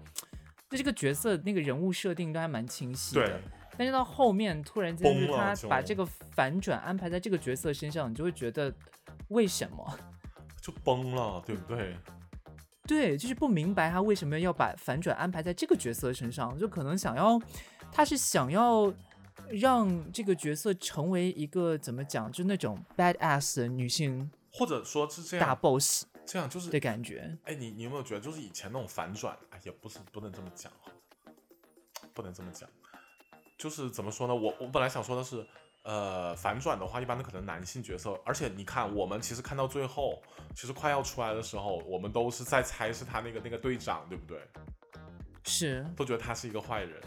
A: 就这个角色那个人物设定都还蛮清晰的
B: 对，，
A: 但是到后面突然间就是
B: 崩了
A: 他
B: 就
A: 把这个反转安排在这个角色身上，你就会觉得为什么？
B: 就崩了，对不对？
A: 对，就是不明白他为什么要把反转安排在这个角色身上，就可能想要，他是想要让这个角色成为一个怎么讲，就那种 badass 的女性
B: 或者说是这
A: 大
B: 样，
A: boss
B: 这样就是
A: 的感觉。
B: 哎，你你有没有觉得，就是以前那种反转，哎，也不是不能这么讲哈，不能这么讲，就是怎么说呢？我我本来想说的是，呃，反转的话，一般都可能男性角色，而且你看，我们其实看到最后，其实快要出来的时候，我们都是在猜是他那个那个队长，对不对？
A: 是，
B: 都觉得他是一个坏人，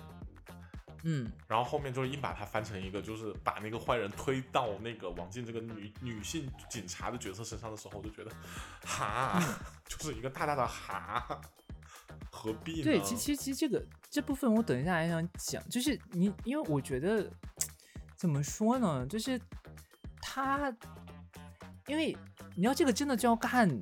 A: 嗯，
B: 然后后面就是硬把他翻成一个，就是把那个坏人推到那个王静这个女女性警察的角
A: 嗯
B: 色身上的时候，我就觉得，哈，就是一个大大的哈，何必呢？
A: 对，其其实其实这个这部分我等一下还想讲，就是你，因为我觉得怎么说呢，就是他，因为你要这个真的就要看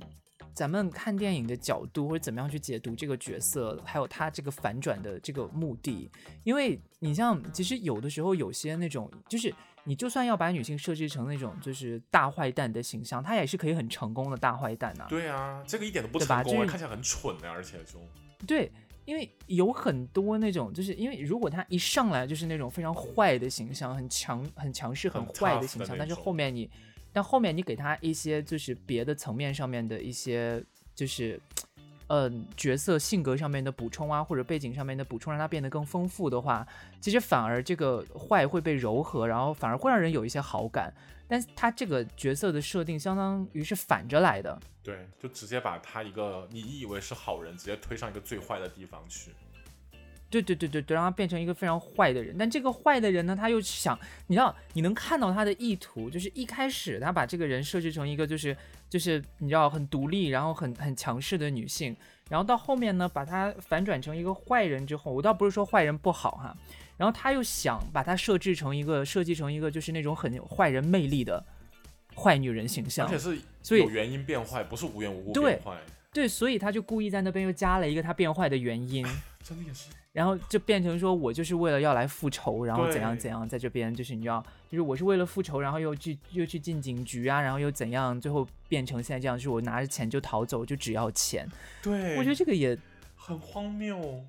A: 咱们看电影的角度或者怎么样去解读这个角色，还有他这个反转的这个目的，因为你像其实有的时候有些那种就是。你就算要把女性设置成那种就是大坏蛋的形象，她也是可以很成功的大坏蛋呐、
B: 对啊，这个一点都不
A: 对吧
B: 成功啊，
A: 就是
B: 看起来很蠢的，而且就
A: 对，因为有很多那种，就是因为如果他一上来就是那种非常坏的形象，很强、很强势、很
B: 很
A: 坏
B: tough 的
A: 的形象，
B: 那
A: 但是
B: 种
A: 后面你，但后面你给他一些就是别的层面上面的一些就是。嗯，角色性格上面的补充啊，或者背景上面的补充，让他变得更丰富的话，其实反而这个坏会被柔和，然后反而会让人有一些好感。但是他这个角色的设定相当于是反着来的，
B: 对，就直接把他一个你以为是好人，直接推上一个最坏的地方去。
A: 对对对对对，让他变成一个非常坏的人。但这个坏的人呢，他又想，你知道，你能看到他的意图，就是一开始他把这个人设置成一个就是就是你知道很独立，然后很很强势的女性，然后到后面呢，把她反转成一个坏人之后，我倒不是说坏人不好哈，然后他又想把她设置成一个设计成一个就是那种很有坏人魅力的坏女人形
B: 而
A: 象
B: 且，是
A: 啊所以
B: 有原因变坏，不是无缘无故
A: 对
B: 变坏，
A: 对，所以他就故意在那边又加了一个他变坏的原因。
B: 真的也是
A: 然后就变成说我就是为了要来复仇，然后怎样
B: 对
A: 怎样，在这边就是你知道，就是我是为了复仇，然后又去又去进警局啊，然后又怎样，最后变成现在这样，就是我拿着钱就逃走，就只要钱。
B: 对，
A: 我觉得这个也
B: 很荒谬。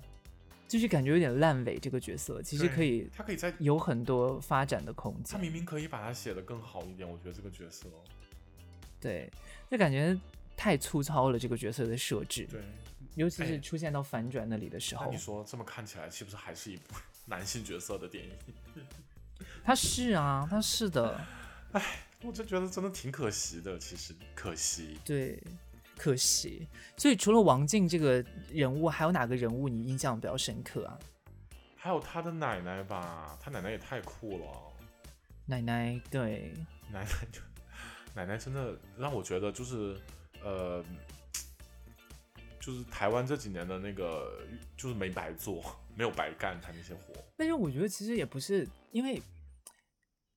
A: 就是感觉有点烂尾，这个角色其实
B: 对
A: 可以
B: 他可以在，
A: 有很多发展的空
B: 他
A: 间。
B: 明明可以把它写得更好一点，我觉得这个角色，哦
A: 对，就感觉太粗糙了，这个角色的设置，
B: 对，
A: 尤其
B: 哎
A: 是出现到反转那里的时
B: 那
A: 候
B: 你，说这么看起来是不是还是一部 男性角色的电影？
A: 他是啊，他是的。
B: 我就觉得真的挺可惜的，其实可惜。
A: 对，可惜。所以除了王静这个人物，还有哪个人物你印象比较深刻啊？
B: 还有他的奶奶吧，他奶奶也太酷了，
A: 奶奶，对，
B: 奶奶就奶奶真的让我觉得就是呃，就是台湾这几年的那个就是没白做，没有白干他那些活。
A: 但是我觉得其实也不是，因为，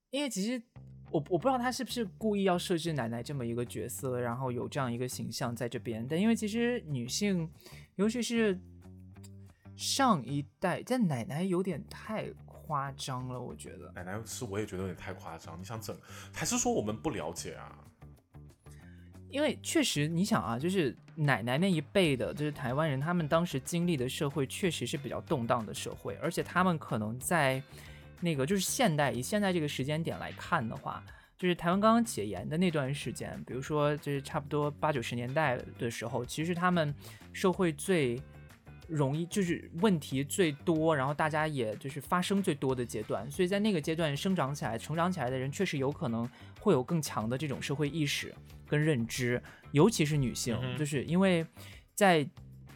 A: 因为其实我我不知道他是不是故意要设置奶奶这么一个角色，然后有这样一个形象在这边。但因为其实女性，尤其是上一代，但奶奶有点太夸张了，我觉得。
B: 奶奶是我也觉得有点太夸张，你想整还是说我们不了解啊？
A: 因为确实，你想啊，就是奶奶那一辈的，就是台湾人，他们当时经历的社会确实是比较动荡的社会，而且他们可能在那个就是现代，以现在这个时间点来看的话，就是台湾刚刚解严的那段时间，比如说就是差不多八九十年代的时候，其实他们社会最容易就是问题最多，然后大家也就是发生最多的阶段，所以在那个阶段生长起来、成长起来的人，确实有可能会有更强的这种社会意识跟认知，尤其是女性，
B: 嗯哼
A: 就是因为在。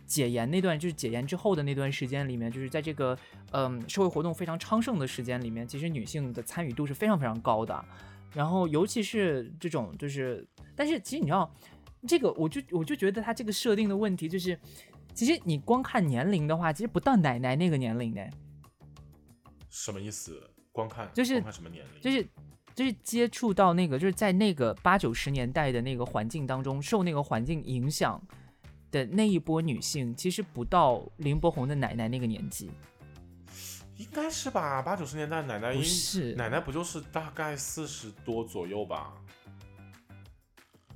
A: 解严那段就是解严之后的那段时间里面，就是在这个嗯社会活动非常昌盛的时间里面，其实女性的参与度是非常非常高的。然后尤其是这种就是，但是其实你知道，这个我就我就觉得他这个设定的问题就是，其实你光看年龄的话，其实不到奶奶那个年龄呢，
B: 什么意思？光看
A: 就是
B: 光看什么年龄？
A: 就是。就是接触到那个，就是在那个八九十年代的那个环境当中，受那个环境影响的那一波女性，其实不到林柏宏的奶奶那个年纪，
B: 应该是吧，八九十年代奶奶
A: 不
B: 应
A: 是
B: 奶奶不就是大概四十多左右吧？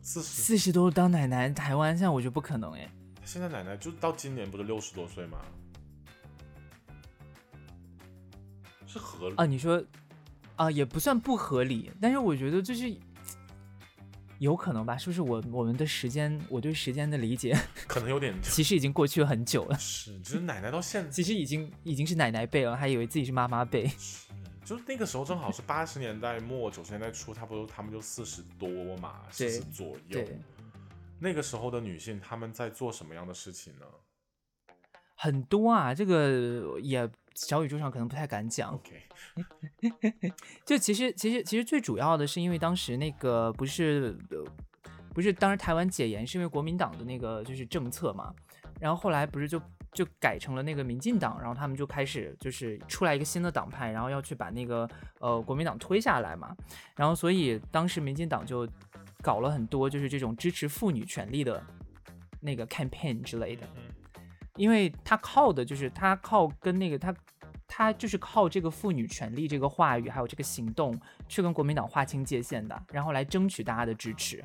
B: 四十，
A: 四十多当奶奶，台湾现在我觉得不可能哎。
B: 现在奶奶就到今年不是六十多岁吗？是合理
A: 啊，你说啊，也不算不合理，但是我觉得就是有可能吧，是不是我我们的时间，我对时间的理解
B: 可能有点
A: 其实已经过去了很久了，
B: 是，就是奶奶到现在，
A: 其实已经已经是奶奶辈了，还以为自己是妈妈辈。
B: 就是那个时候正好是八十年代末九十年代初，差不多他们就四十多嘛，四
A: 对
B: 十左右。
A: 对，
B: 那个时候的女性，她们在做什么样的事情呢
A: 很多啊，这个也小宇宙上可能不太敢讲。
B: ？OK，
A: 就其实其实其实最主要的是因为当时那个不是呃不是当时台湾解严是因为国民党的那个就是政策嘛，然后后来不是就就改成了那个民进党，然后他们就开始就是出来一个新的党派，然后要去把那个呃国民党推下来嘛。然后所以当时民进党就搞了很多就是这种支持妇女权利的那个 campaign 之类的，因为他靠的就是他靠跟那个他。他就是靠这个妇女权利这个话语，还有这个行动，去跟国民党划清界限的，然后来争取大家的支持。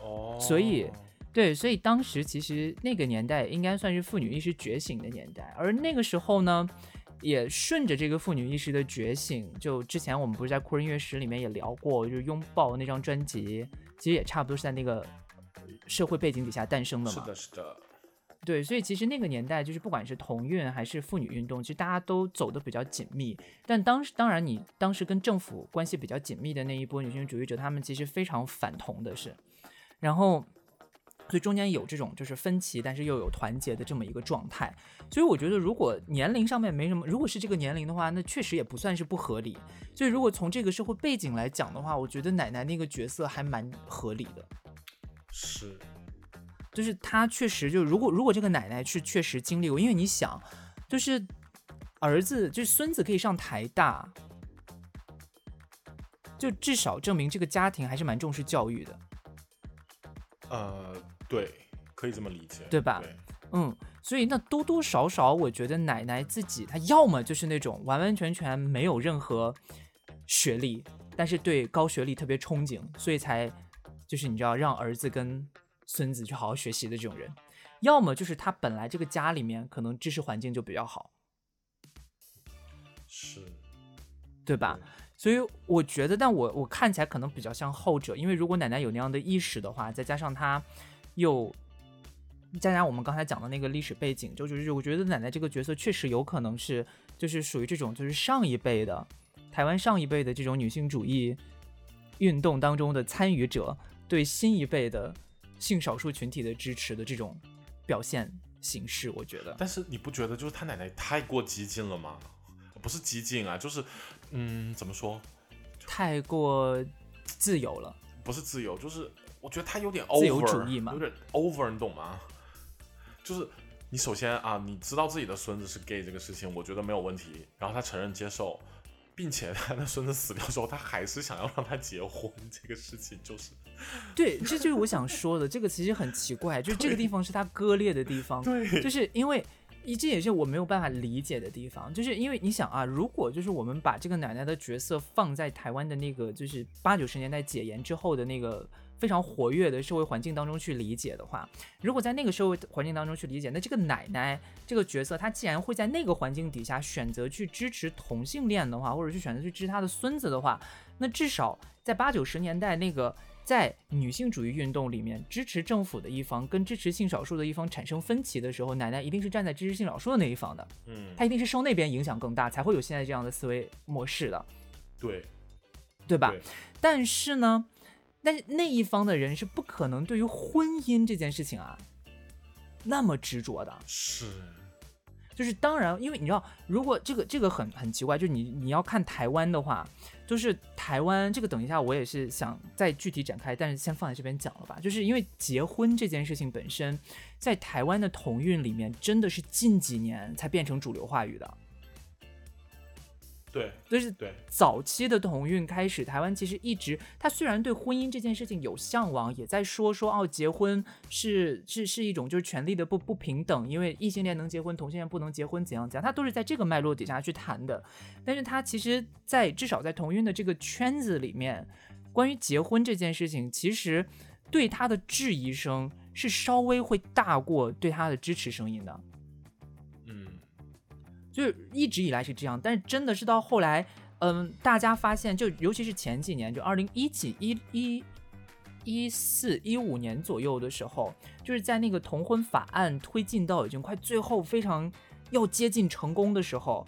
B: 哦，
A: 所以对，所以当时其实那个年代应该算是妇女意识觉醒的年代，而那个时候呢，也顺着这个妇女意识的觉醒，就之前我们不是在酷人乐史里面也聊过，就是《拥抱》那张专辑，其实也差不多是在那个社会背景底下诞生的
B: 是
A: 嘛。
B: 的，是的，
A: 对，所以其实那个年代，就是不管是同运还是妇女运动，其实大家都走得比较紧密。但当时，当然你当时跟政府关系比较紧密的那一波女性主义者，他们其实非常反同的是，然后。所以中间有这种就是分歧，但是又有团结的这么一个状态，所以我觉得如果年龄上面没什么，如果是这个年龄的话，那确实也不算是不合理。所以如果从这个社会背景来讲的话，我觉得奶奶那个角色还蛮合理的。
B: 是
A: 就是他确实就如果如果这个奶奶是确实经历过，因为你想，就是儿子就是孙子可以上台大，就至少证明这个家庭还是蛮重视教育的，
B: 呃，对，可以这么理解，
A: 对吧
B: 对，
A: 嗯，所以那多多少少我觉得奶奶自己她要么就是那种完完全全没有任何学历，但是对高学历特别憧憬，所以才就是你知道让儿子跟孙子去好好学习的这种人，要么就是他本来这个家里面可能知识环境就比较好。
B: 是
A: 对吧？所以我觉得，但我我看起来可能比较像后者，因为如果奶奶有那样的意识的话，再加上她又再加上我们刚才讲的那个历史背景，就就是我觉得奶奶这个角色确实有可能是就是属于这种就是上一辈的台湾上一辈的这种女性主义运动当中的参与者对新一辈的性少数群体的支持的这种表现形式，我觉得。
B: 但是你不觉得就是他奶奶太过激进了吗？不是激进啊，就是嗯，怎么说？
A: 太过自由了。
B: 不是自由，就是我觉得他有点 over，
A: 自由主义嘛
B: 有点 over，你懂吗？就是你首先啊，你知道自己的孙子是 gay 这个事情，我觉得没有问题。然后他承认接受，并且他的孙子死掉之后，他还是想要让他结婚，这个事情就是
A: 对，这就是我想说的。这个其实很奇怪，就是这个地方是它割裂的地方，
B: 对
A: 就是因为一这也是我没有办法理解的地方，就是因为你想啊，如果就是我们把这个奶奶的角色放在台湾的那个就是八九十年代解严之后的那个非常活跃的社会环境当中去理解的话，如果在那个社会环境当中去理解，那这个奶奶这个角色，她既然会在那个环境底下选择去支持同性恋的话，或者去选择去支持她的孙子的话，那至少在八九十年代那个在女性主义运动里面，支持政府的一方跟支持性少数的一方产生分歧的时候，奶奶一定是站在支持性少数的那一方的，
B: 嗯，
A: 她一定是受那边影响更大，才会有现在这样的思维模式的，
B: 对
A: 对吧？
B: 对
A: 但是呢，但是那一方的人是不可能对于婚姻这件事情啊那么执着的。
B: 是
A: 就是当然，因为你知道，如果这个这个很很奇怪，就是你你要看台湾的话，就是台湾这个，等一下我也是想再具体展开，但是先放在这边讲了吧。就是因为结婚这件事情本身，在台湾的同运里面，真的是近几年才变成主流话语的，
B: 对
A: 就是
B: 对
A: 早期的同运开始，台湾其实一直，他虽然对婚姻这件事情有向往，也在说说哦，结婚是是是一种就是权利的不不平等，因为异性恋能结婚，同性恋不能结婚，怎样怎样，他都是在这个脉络底下去谈的。但是他其实在，至少在同运的这个圈子里面，关于结婚这件事情，其实对他的质疑声是稍微会大过对他的支持声音的。
B: 嗯，
A: 就是一直以来是这样，但是真的是到后来，嗯，大家发现，就尤其是前几年，就二零一几一一一四一五年左右的时候，就是在那个同婚法案推进到已经快最后非常要接近成功的时候，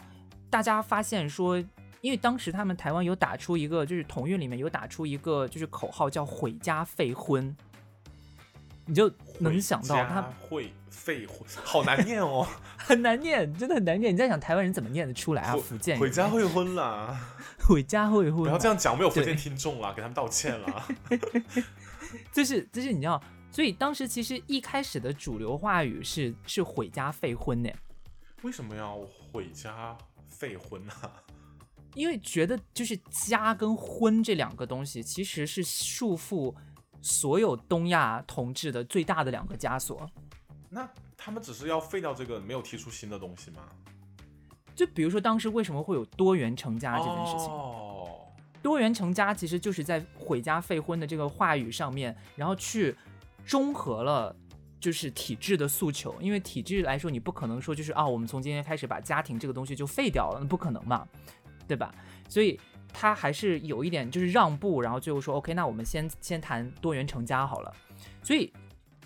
A: 大家发现说，因为当时他们台湾有打出一个，就是同运里面有打出一个就是口号叫“毁家废婚”，你就能想到
B: 回
A: 他
B: 家会废婚，好难念 哦，
A: 很难念，真的很难念。你在想台湾人怎么念得出来啊？
B: 回
A: 福建人
B: 回家会婚啦，
A: 回家会
B: 不
A: 婚
B: 要
A: 啊，
B: 这样讲，我们有福
A: 对
B: 啊建听众啦，给他们道歉啦。
A: 就是就是你知道，所以当时其实一开始的主流话语是是毁家废婚呢，
B: 为什么要毁家废婚呢、啊？
A: 因为觉得就是家跟婚这两个东西其实是束缚所有东亚同志的最大的两个枷锁。
B: 那他们只是要废掉这个，没有提出新的东西吗？
A: 就比如说当时为什么会有多元成家啊这件事情，
B: 哦，
A: 多元成家其实就是在毁家废婚的这个话语上面，然后去中和了。就是体制的诉求，因为体制来说，你不可能说就是啊，我们从今天开始把家庭这个东西就废掉了，那不可能嘛，对吧？所以他还是有一点就是让步，然后最后说 OK，那我们先先谈多元成家好了。所以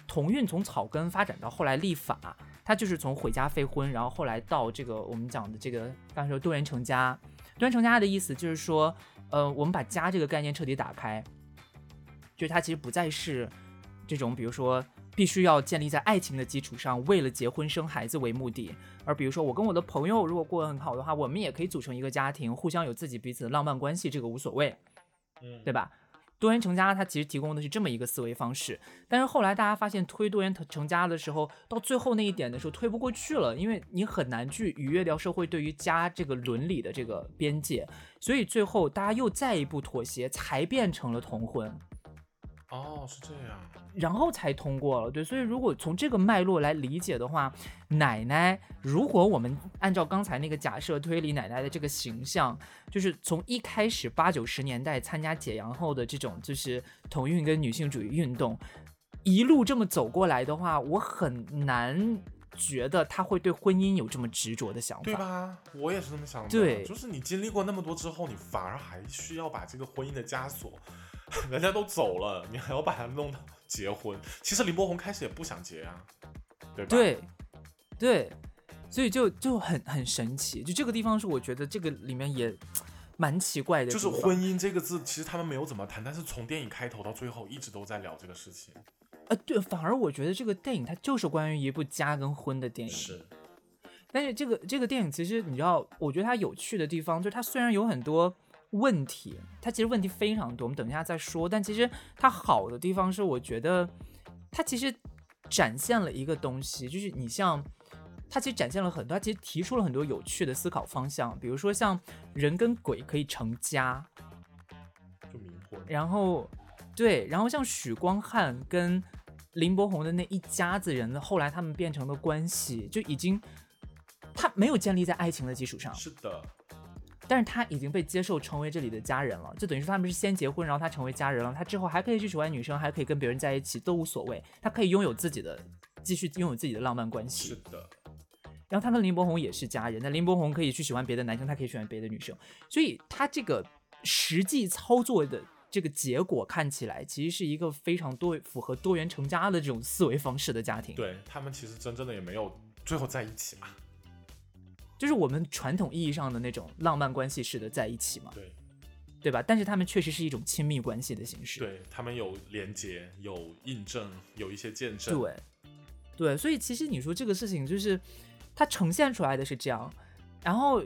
A: 同运从草根发展到后来立法，它就是从毁家废婚，然后后来到这个我们讲的这个刚才说多元成家，多元成家的意思就是说，呃，我们把家这个概念彻底打开，就是它其实不再是这种比如说。必须要建立在爱情的基础上，为了结婚生孩子为目的。而比如说，我跟我的朋友如果过得很好的话，我们也可以组成一个家庭，互相有自己彼此的浪漫关系，这个无所谓，
B: 嗯，
A: 对吧？多元成家它其实提供的是这么一个思维方式，但是后来大家发现推多元成家的时候，到最后那一点的时候推不过去了，因为你很难去逾越掉社会对于家这个伦理的这个边界，所以最后大家又再一步妥协，才变成了同婚。
B: 哦，是这样。
A: 然后才通过了，对，所以如果从这个脉络来理解的话，奶奶，如果我们按照刚才那个假设推理奶奶的这个形象，就是从一开始八九十年代参加解阳后的这种就是同运跟女性主义运动，一路这么走过来的话，我很难觉得她会对婚姻有这么执着的想法，
B: 对吧？我也是这么想的。
A: 对
B: 就是你经历过那么多之后，你反而还需要把这个婚姻的枷锁， 人家都走了，你还要把它弄到结婚。其实林柏宏开始也不想结啊，对吧？
A: 对，对，所以就就很很神奇，就这个地方是我觉得这个里面也蛮奇怪的地
B: 就
A: 方，
B: 是婚姻这个字，其实他们没有怎么谈，但是从电影开头到最后一直都在聊这个事情。
A: 呃，对，反而我觉得这个电影它就是关于一部家跟婚的电影。
B: 是，
A: 但是这个这个电影其实你知道，我觉得它有趣的地方就是它虽然有很多问题，它其实问题非常多，我们等一下再说。但其实它好的地方是，我觉得它其实展现了一个东西，就是你像。它其实展现了很多，它其实提出了很多有趣的思考方向，比如说像人跟鬼可以成家，
B: 就冥婚。
A: 然后，对，然后像许光汉跟林柏宏的那一家子人的，后来他们变成的关系，就已经他没有建立在爱情的基础上，
B: 是的，
A: 但是他已经被接受成为这里的家人了，就等于说他们是先结婚，然后他成为家人了，他之后还可以去喜欢女生，还可以跟别人在一起都无所谓，他可以拥有自己的，继续拥有自己的浪漫关系
B: 是。的，
A: 然后他跟林柏宏也是家人，但林柏宏可以去喜欢别的男生，他可以喜欢别的女生，所以他这个实际操作的这个结果看起来，其实是一个非常多符合多元成家的这种思维方式的家庭。，
B: 对他们其实真正的也没有最后在一起嘛。
A: 就是我们传统意义上的那种浪漫关系式的在一起嘛，
B: 对，
A: 对吧？但是他们确实是一种亲密关系的形式。
B: 对他们有连接，有印证，有一些见证。
A: 对，对，所以其实你说这个事情，就是它呈现出来的是这样，然后，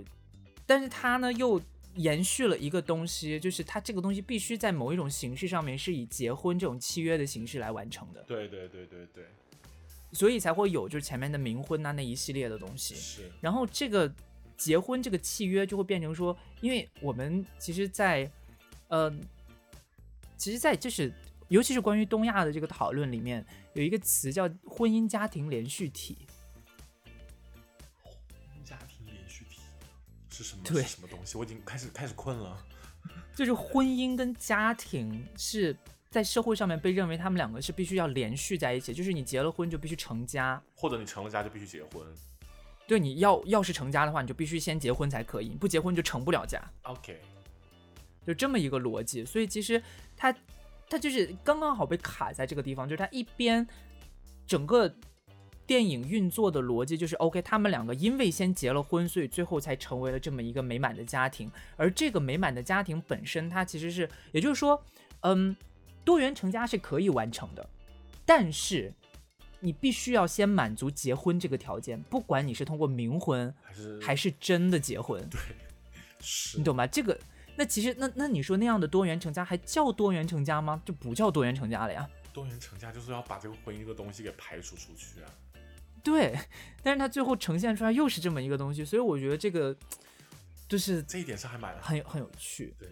A: 但是它呢又延续了一个东西，就是它这个东西必须在某一种形式上面是以结婚这种契约的形式来完成的，
B: 对对对对对，
A: 所以才会有就是前面的冥婚啊那一系列的东西。
B: 是
A: 然后这个结婚这个契约就会变成说，因为我们其实在，呃，其实，在就是尤其是关于东亚的这个讨论里面，有一个词叫婚姻家庭连续体。
B: 家庭连续体是什么？
A: 对
B: 是什么东西？我已经开始开始困了。
A: 就是婚姻跟家庭是在社会上面被认为他们两个是必须要连续在一起，就是你结了婚就必须成家，
B: 或者你成了家就必须结婚。
A: 对，你要要是成家的话，你就必须先结婚才可以，你不结婚就成不了家，
B: OK，
A: 就这么一个逻辑。所以其实它它就是刚刚好被卡在这个地方，就是它一边整个。电影运作的逻辑就是，OK，他们两个因为先结了婚，所以最后才成为了这么一个美满的家庭。而这个美满的家庭本身，它其实是，也就是说，嗯，多元成家是可以完成的，但是你必须要先满足结婚这个条件，不管你是通过冥婚
B: 还嗯是
A: 还是真的结婚，
B: 是
A: 你懂吧？这个，那其实那那你说那样的多元成家还叫多元成家吗？就不叫多元成家了呀。
B: 多元成家就是要把这个婚姻的东西给排除出去啊。
A: 对，但是他最后呈现出来又是这么一个东西，所以我觉得这个就是
B: 这一点上还蛮
A: 很有很有趣，
B: 对，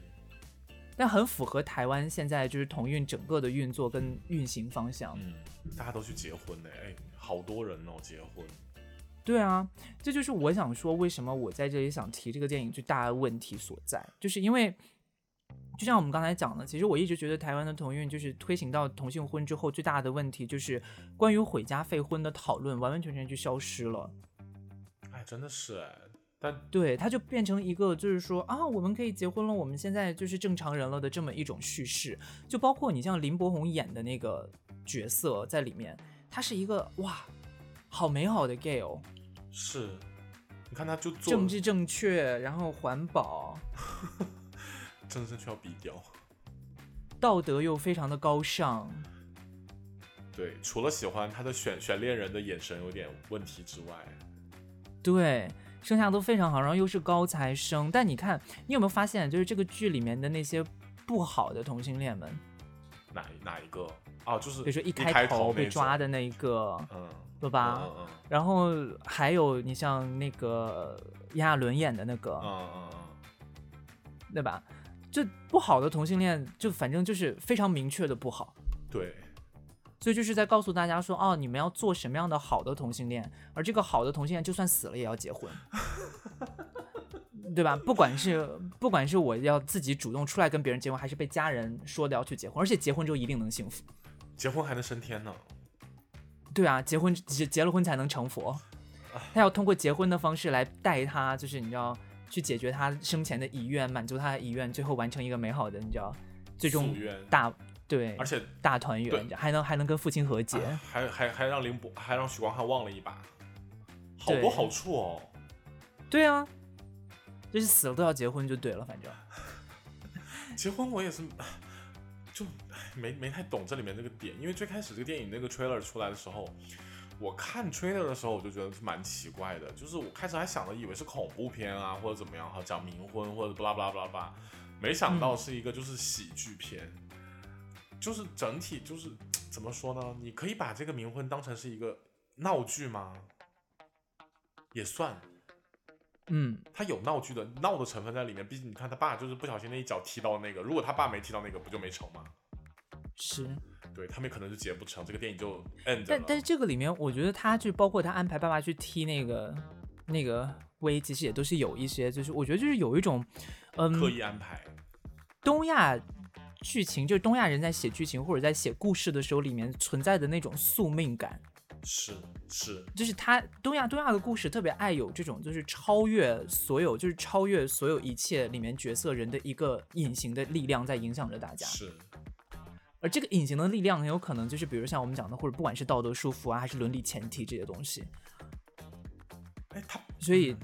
A: 但很符合台湾现在就是同运整个的运作跟运行方向。
B: 嗯，大家都去结婚呢、哎，好多人哦，结婚，
A: 对啊，这就是我想说，为什么我在这里想提这个电影最大的问题所在，就是因为，就像我们刚才讲的，其实我一直觉得台湾的同运就是推行到同性婚之后，最大的问题就是关于毁家废婚的讨论完完全全就消失了。
B: 哎，真的是哎，但
A: 对，它就变成一个就是说啊，我们可以结婚了，我们现在就是正常人了的这么一种叙事。就包括你像林柏宏演的那个角色在里面，他是一个哇，好美好的 gay 哦，
B: 是，你看他就做
A: 政治正确，然后环保，
B: 政治正确要低调，
A: 道德又非常的高尚。
B: 对，除了喜欢他的选选恋人的眼神有点问题之外，
A: 对，剩下都非常好，然后又是高材生。但你看，你有没有发现，就是这个剧里面的那些不好的同性恋们，
B: 哪哪一个啊？就是
A: 比如说
B: 一
A: 开
B: 头
A: 头被
B: 那
A: 抓
B: 种，
A: 的那一个，
B: 嗯，
A: 对吧？
B: 嗯嗯
A: 然后还有你像那个炎亚纶演的那个
B: 嗯，嗯嗯嗯，
A: 对吧？就不好的同性恋，就反正就是非常明确的不好。
B: 对，
A: 所以就是在告诉大家说，哦，你们要做什么样的好的同性恋，而这个好的同性恋就算死了也要结 婚，对吧？不管是不管是我要自己主动出来跟别人结婚，还是被家人说的要去结婚，而且结婚之后一定能幸福，
B: 结婚还能升天呢，
A: 对啊，结婚结结了婚才能成佛，他要通过结婚的方式来带他，就是你知道去解决他生前的遗愿，满足他的遗愿，最后完成一个美好的，你知道，最
B: 夙
A: 终
B: 愿
A: 大对，
B: 而且
A: 大团圆，
B: 对
A: 你知道还能还能跟父亲和解。
B: 啊还还还让林博，还让许光汉忘了一把，好
A: 对
B: 多好处哦。
A: 对啊，就是死了都要结婚就对了，反正
B: 结婚我也是，就没没太懂这里面这个点，因为最开始这个电影那个 trailer 出来的时候，我看 trailer 的时候我就觉得蛮奇怪的，就是我开始还想着以为是恐怖片啊或者怎么样，哈，讲冥婚或者巴拉巴拉巴拉巴拉，没想到是一个就是喜剧片，就是整体就是怎么说呢？你可以把这个冥婚当成是一个闹剧吗？也算，
A: 嗯，
B: 他有闹剧的闹的成分在里面，毕竟你看他爸就是不小心那一脚踢到那个，如果他爸没踢到那个，不就没成吗？
A: 是。
B: 对他们可能就结不成，这个电影就 end 了。
A: 但但是这个里面，我觉得他就包括他安排爸爸去踢那个那个威，其实也都是有一些，就是我觉得就是有一种，
B: 刻
A: 嗯，
B: 意安排，
A: 东亚剧情，就是东亚人在写剧情或者在写故事的时候，里面存在的那种宿命感，
B: 是是，
A: 就是他东亚东亚的故事特别爱有这种，就是超越所有，就是超越所有一切里面角色人的一个隐形的力量在影响着大家。
B: 是，
A: 而这个隐形的力量很有可能就是，比如像我们讲的，或者不管是道德束缚啊，还是伦理前提这些东西，
B: 哎，他
A: 所以，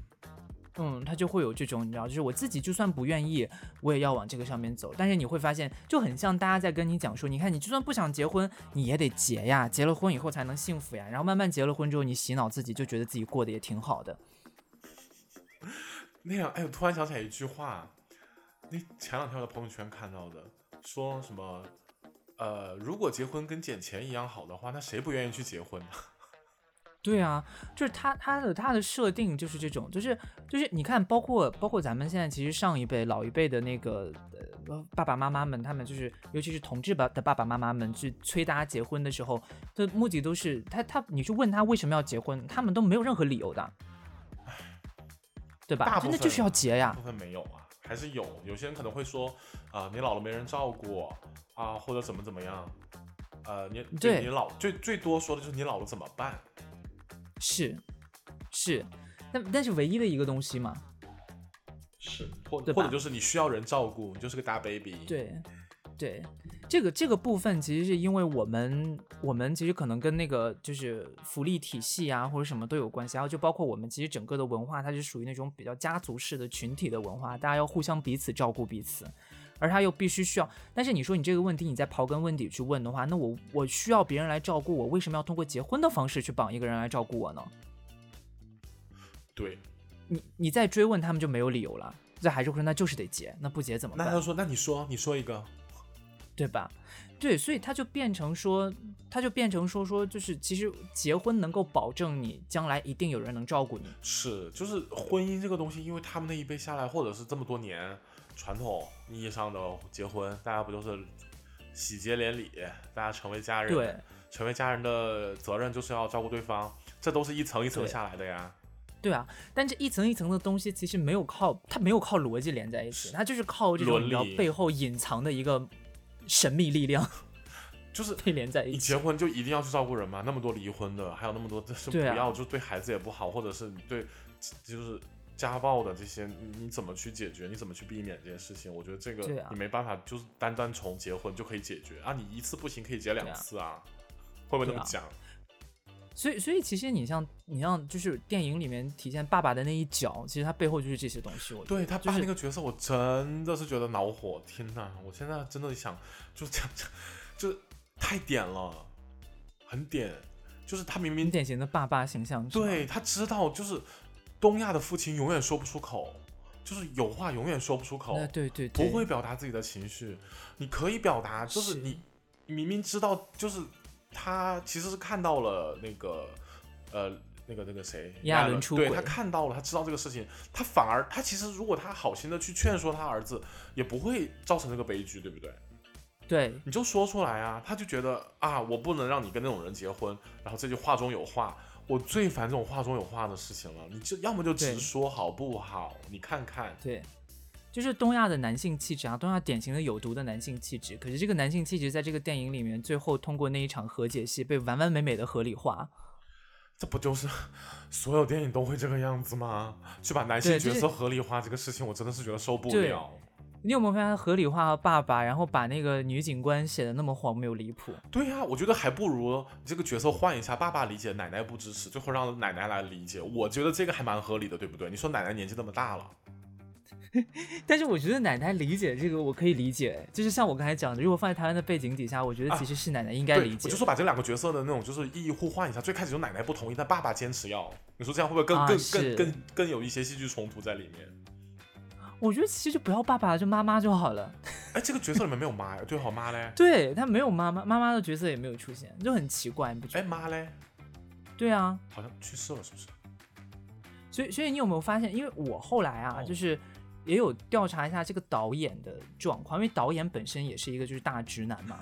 A: 嗯，它就会有这种，你知道，就是我自己就算不愿意，我也要往这个上面走。但是你会发现，就很像大家在跟你讲说，你看你就算不想结婚，你也得结呀，结了婚以后才能幸福呀。然后慢慢结了婚之后，你洗脑自己就觉得自己过得也挺好的。
B: 那样，哎，我突然想起来一句话，那前两天我在朋友圈看到的，说什么，呃，如果结婚跟捡钱一样好的话，那谁不愿意去结婚呢？
A: 对啊，就是他他的他的设定就是这种，就是就是你看，包括包括咱们现在其实上一辈老一辈的那个呃爸爸妈妈们，他们就是尤其是同志吧的爸爸妈妈们去催大家结婚的时候，的目的都是他他你去问他为什么要结婚，他们都没有任何理由的，对
B: 大
A: 吧？
B: 部
A: 真
B: 分
A: 的就是要结
B: 大
A: 呀
B: 部，分没有啊，还是有，有些人可能会说，啊、你老了没人照顾啊，或者怎么怎么样，呃，你
A: 对
B: 你老最最多说的就是你老了怎么办？
A: 是是，但但是唯一的一个东西嘛，
B: 是，或
A: 对
B: 或者
A: 吧
B: 就是你需要人照顾，你就是个大 baby。，
A: 对，对，这个这个部分其实是因为我们我们其实可能跟那个就是福利体系啊或者什么都有关系，还有就包括我们其实整个的文化它是属于那种比较家族式的群体的文化，大家要互相彼此照顾彼此。而他又必须需要，但是你说你这个问题你在刨根问底去问的话，那我我需要别人来照顾我，为什么要通过结婚的方式去绑一个人来照顾我呢？
B: 对，
A: 你你再追问他们就没有理由了，这还是会说那就是得结，那不结怎么
B: 那
A: 办
B: 他？就说，那你说，你说一个，
A: 对吧？对，所以他就变成说，他就变成说说，就是其实结婚能够保证你将来一定有人能照顾你，
B: 是，就是婚姻这个东西，因为他们那一辈下来，或者是这么多年传统意义上的结婚，大家不就是喜结连理，大家成为家人，
A: 对，
B: 成为家人的责任就是要照顾对方，这都是一层一层
A: 对
B: 下来的呀。
A: 对啊，但这一层一层的东西其实没有靠，它没有靠逻辑连在一起，它就是靠这种
B: 伦
A: 你知道
B: 理
A: 背后隐藏的一个神秘力量
B: 就是
A: 被连在一
B: 你
A: 起。
B: 结婚就一定要去照顾人吗？那么多离婚的，还有那么多就是不
A: 对啊
B: 要，就对孩子也不好，或者是你对就是家暴的这些，你你怎么去解决？你怎么去避免这件事情？我觉得这
A: 对
B: 个、
A: 啊
B: 你没办法，就是单单从结婚就可以解决啊！你一次不行可以结两
A: 对啊
B: 次啊，会不会这
A: 对
B: 么
A: 啊
B: 讲？
A: 所以，所以其实你像你像就是电影里面体现爸爸的那一角，其实他背后就是这些东西。我觉得
B: 对他
A: 就
B: 爸
A: 是
B: 那个角色，我真的是觉得恼火！天哪，我现在真的想，就这样，就太点了，很点，就是他明明
A: 很典型的爸爸形象。是吧
B: 对他知道，就是东亚的父亲永远说不出口，就是有话永远说不出口
A: 那，对对对，
B: 不会表达自己的情绪。你可以表达，就是
A: 是
B: 你你明明知道，就是他其实是看到了那个呃那个那个谁
A: 亚
B: 亚
A: 伦
B: 伦
A: 出
B: 对
A: 轨
B: 他看到了，他知道这个事情，他反而他其实如果他好心的去劝说他儿子，也不会造成这个悲剧，对不对？
A: 对
B: 你就说出来啊，他就觉得啊，我不能让你跟那种人结婚，然后这句话中有话，我最烦这种话中有话的事情了。你就要么就直
A: 对
B: 说好不好？你看看，
A: 对，就是东亚的男性气质啊，东亚典型的有毒的男性气质。可是这个男性气质在这个电影里面，最后通过那一场和解戏被完完美美的合理化。
B: 这不就是 所有电影都会这个样子吗？去把男性
A: 对就
B: 角
A: 是
B: 色合理化这个事情，我真的是觉得受不
A: 对
B: 了。
A: 你有没有发现他合理化了爸爸，然后把那个女警官写的那么荒谬离谱？
B: 对呀、我觉得还不如这个角色换一下，爸爸理解，奶奶不支持，最后让奶奶来理解。我觉得这个还蛮合理的，对不对？你说奶奶年纪那么大了，
A: 但是我觉得奶奶理解这个我可以理解，就是像我刚才讲的，如果放在台湾的背景底下，我觉得
B: 啊
A: 其实是奶奶应该
B: 对，
A: 理解
B: 我就
A: 的。
B: 说把这两个角色的那种就是意义互换一下。最开始就奶奶不同意，但爸爸坚持要。你说这样会不会更、
A: 啊
B: 更更
A: 是
B: 更更有一些戏剧冲突在里面？
A: 我觉得其实就不要爸爸，就妈妈就好了。
B: 哎，这个角色里面没有妈呀，对好妈嘞，
A: 对他没有妈妈，妈妈的角色也没有出现，就很奇怪，你不觉
B: 哎
A: 得？
B: 妈嘞，
A: 对啊，
B: 好像去世了是不是？
A: 所以所以你有没有发现？因为我后来啊，
B: 哦
A: 就是也有调查一下这个导演的状况，因为导演本身也是一个就是大直男嘛。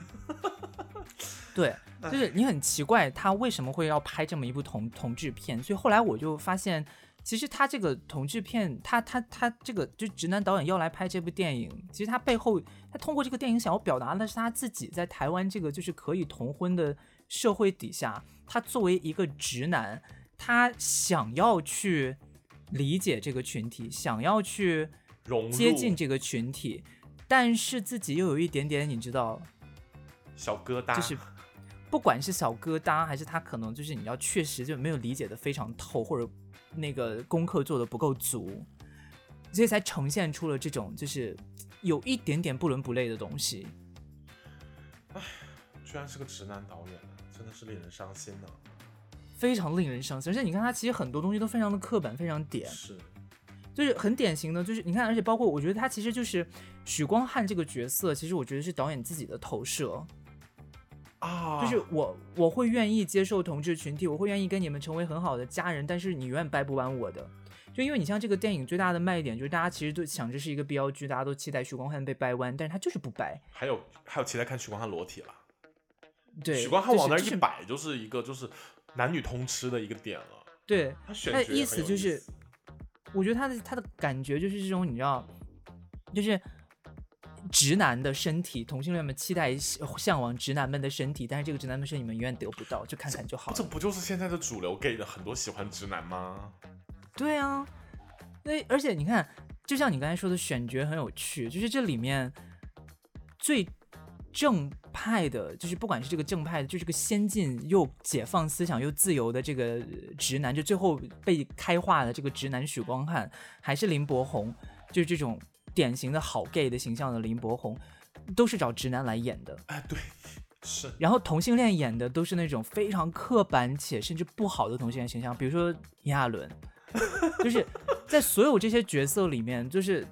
A: 对，就是你很奇怪他为什么会要拍这么一部同同志片，所以后来我就发现，其实他这个同志片，他他他这个就直男导演要来拍这部电影，其实他背后他通过这个电影想要表达的是他自己在台湾这个就是可以同婚的社会底下，他作为一个直男，他想要去理解这个群体，想要去
B: 融入
A: 接近这个群体，但是自己又有一点点你知道
B: 小疙瘩，
A: 就是不管是小疙瘩，还是他可能就是你要确实就没有理解的非常透，或者那个功课做的不够足，所以才呈现出了这种就是有一点点不伦不类的东西。
B: 居然是个直男导演，真的是令人伤心呢、
A: 非常令人伤心，而且你看他其实很多东西都非常的刻板，非常点，
B: 是，
A: 就是很典型的，就是你看，而且包括我觉得他其实就是许光汉这个角色，其实我觉得是导演自己的投射，
B: 啊，
A: 就是我我会愿意接受同志群体，我会愿意跟你们成为很好的家人，但是你永远掰不弯我的。就因为你像这个电影最大的卖点，就是大家其实都想这是一个 BL 剧，大家都期待许光汉被掰弯，但是他就是不掰。
B: 还有还有期待看许光汉裸体了。
A: 对，
B: 许光汉往那儿
A: 就是
B: 一摆，就是一个就是男女通吃的一个点了。
A: 对，
B: 他选
A: 他的
B: 角也
A: 意
B: 很
A: 思
B: 有
A: 就是
B: 思
A: 我觉得他的他的感觉就是这种，你知道，就是直男的身体，同性恋们期待向往直男们的身体，但是这个直男们是你们永远得不到，就看看就好
B: 这
A: 了。
B: 不就是现在的主流 gay 的很多喜欢直男吗？
A: 对啊，那而且你看，就像你刚才说的，选角很有趣，就是这里面最正派的，就是不管是这个正派的，就是个先进又解放思想又自由的这个呃直男，就最后被开化的这个直男许光汉，还是林柏宏， 就是这种典型的好 gay 的形象的林柏宏，都是找直男来演的。
B: 哎，对，是
A: 然后同性恋演的都是那种非常刻板且甚至不好的同性恋形象，比如说炎亚纶， 就是在所有这些角色里面，就是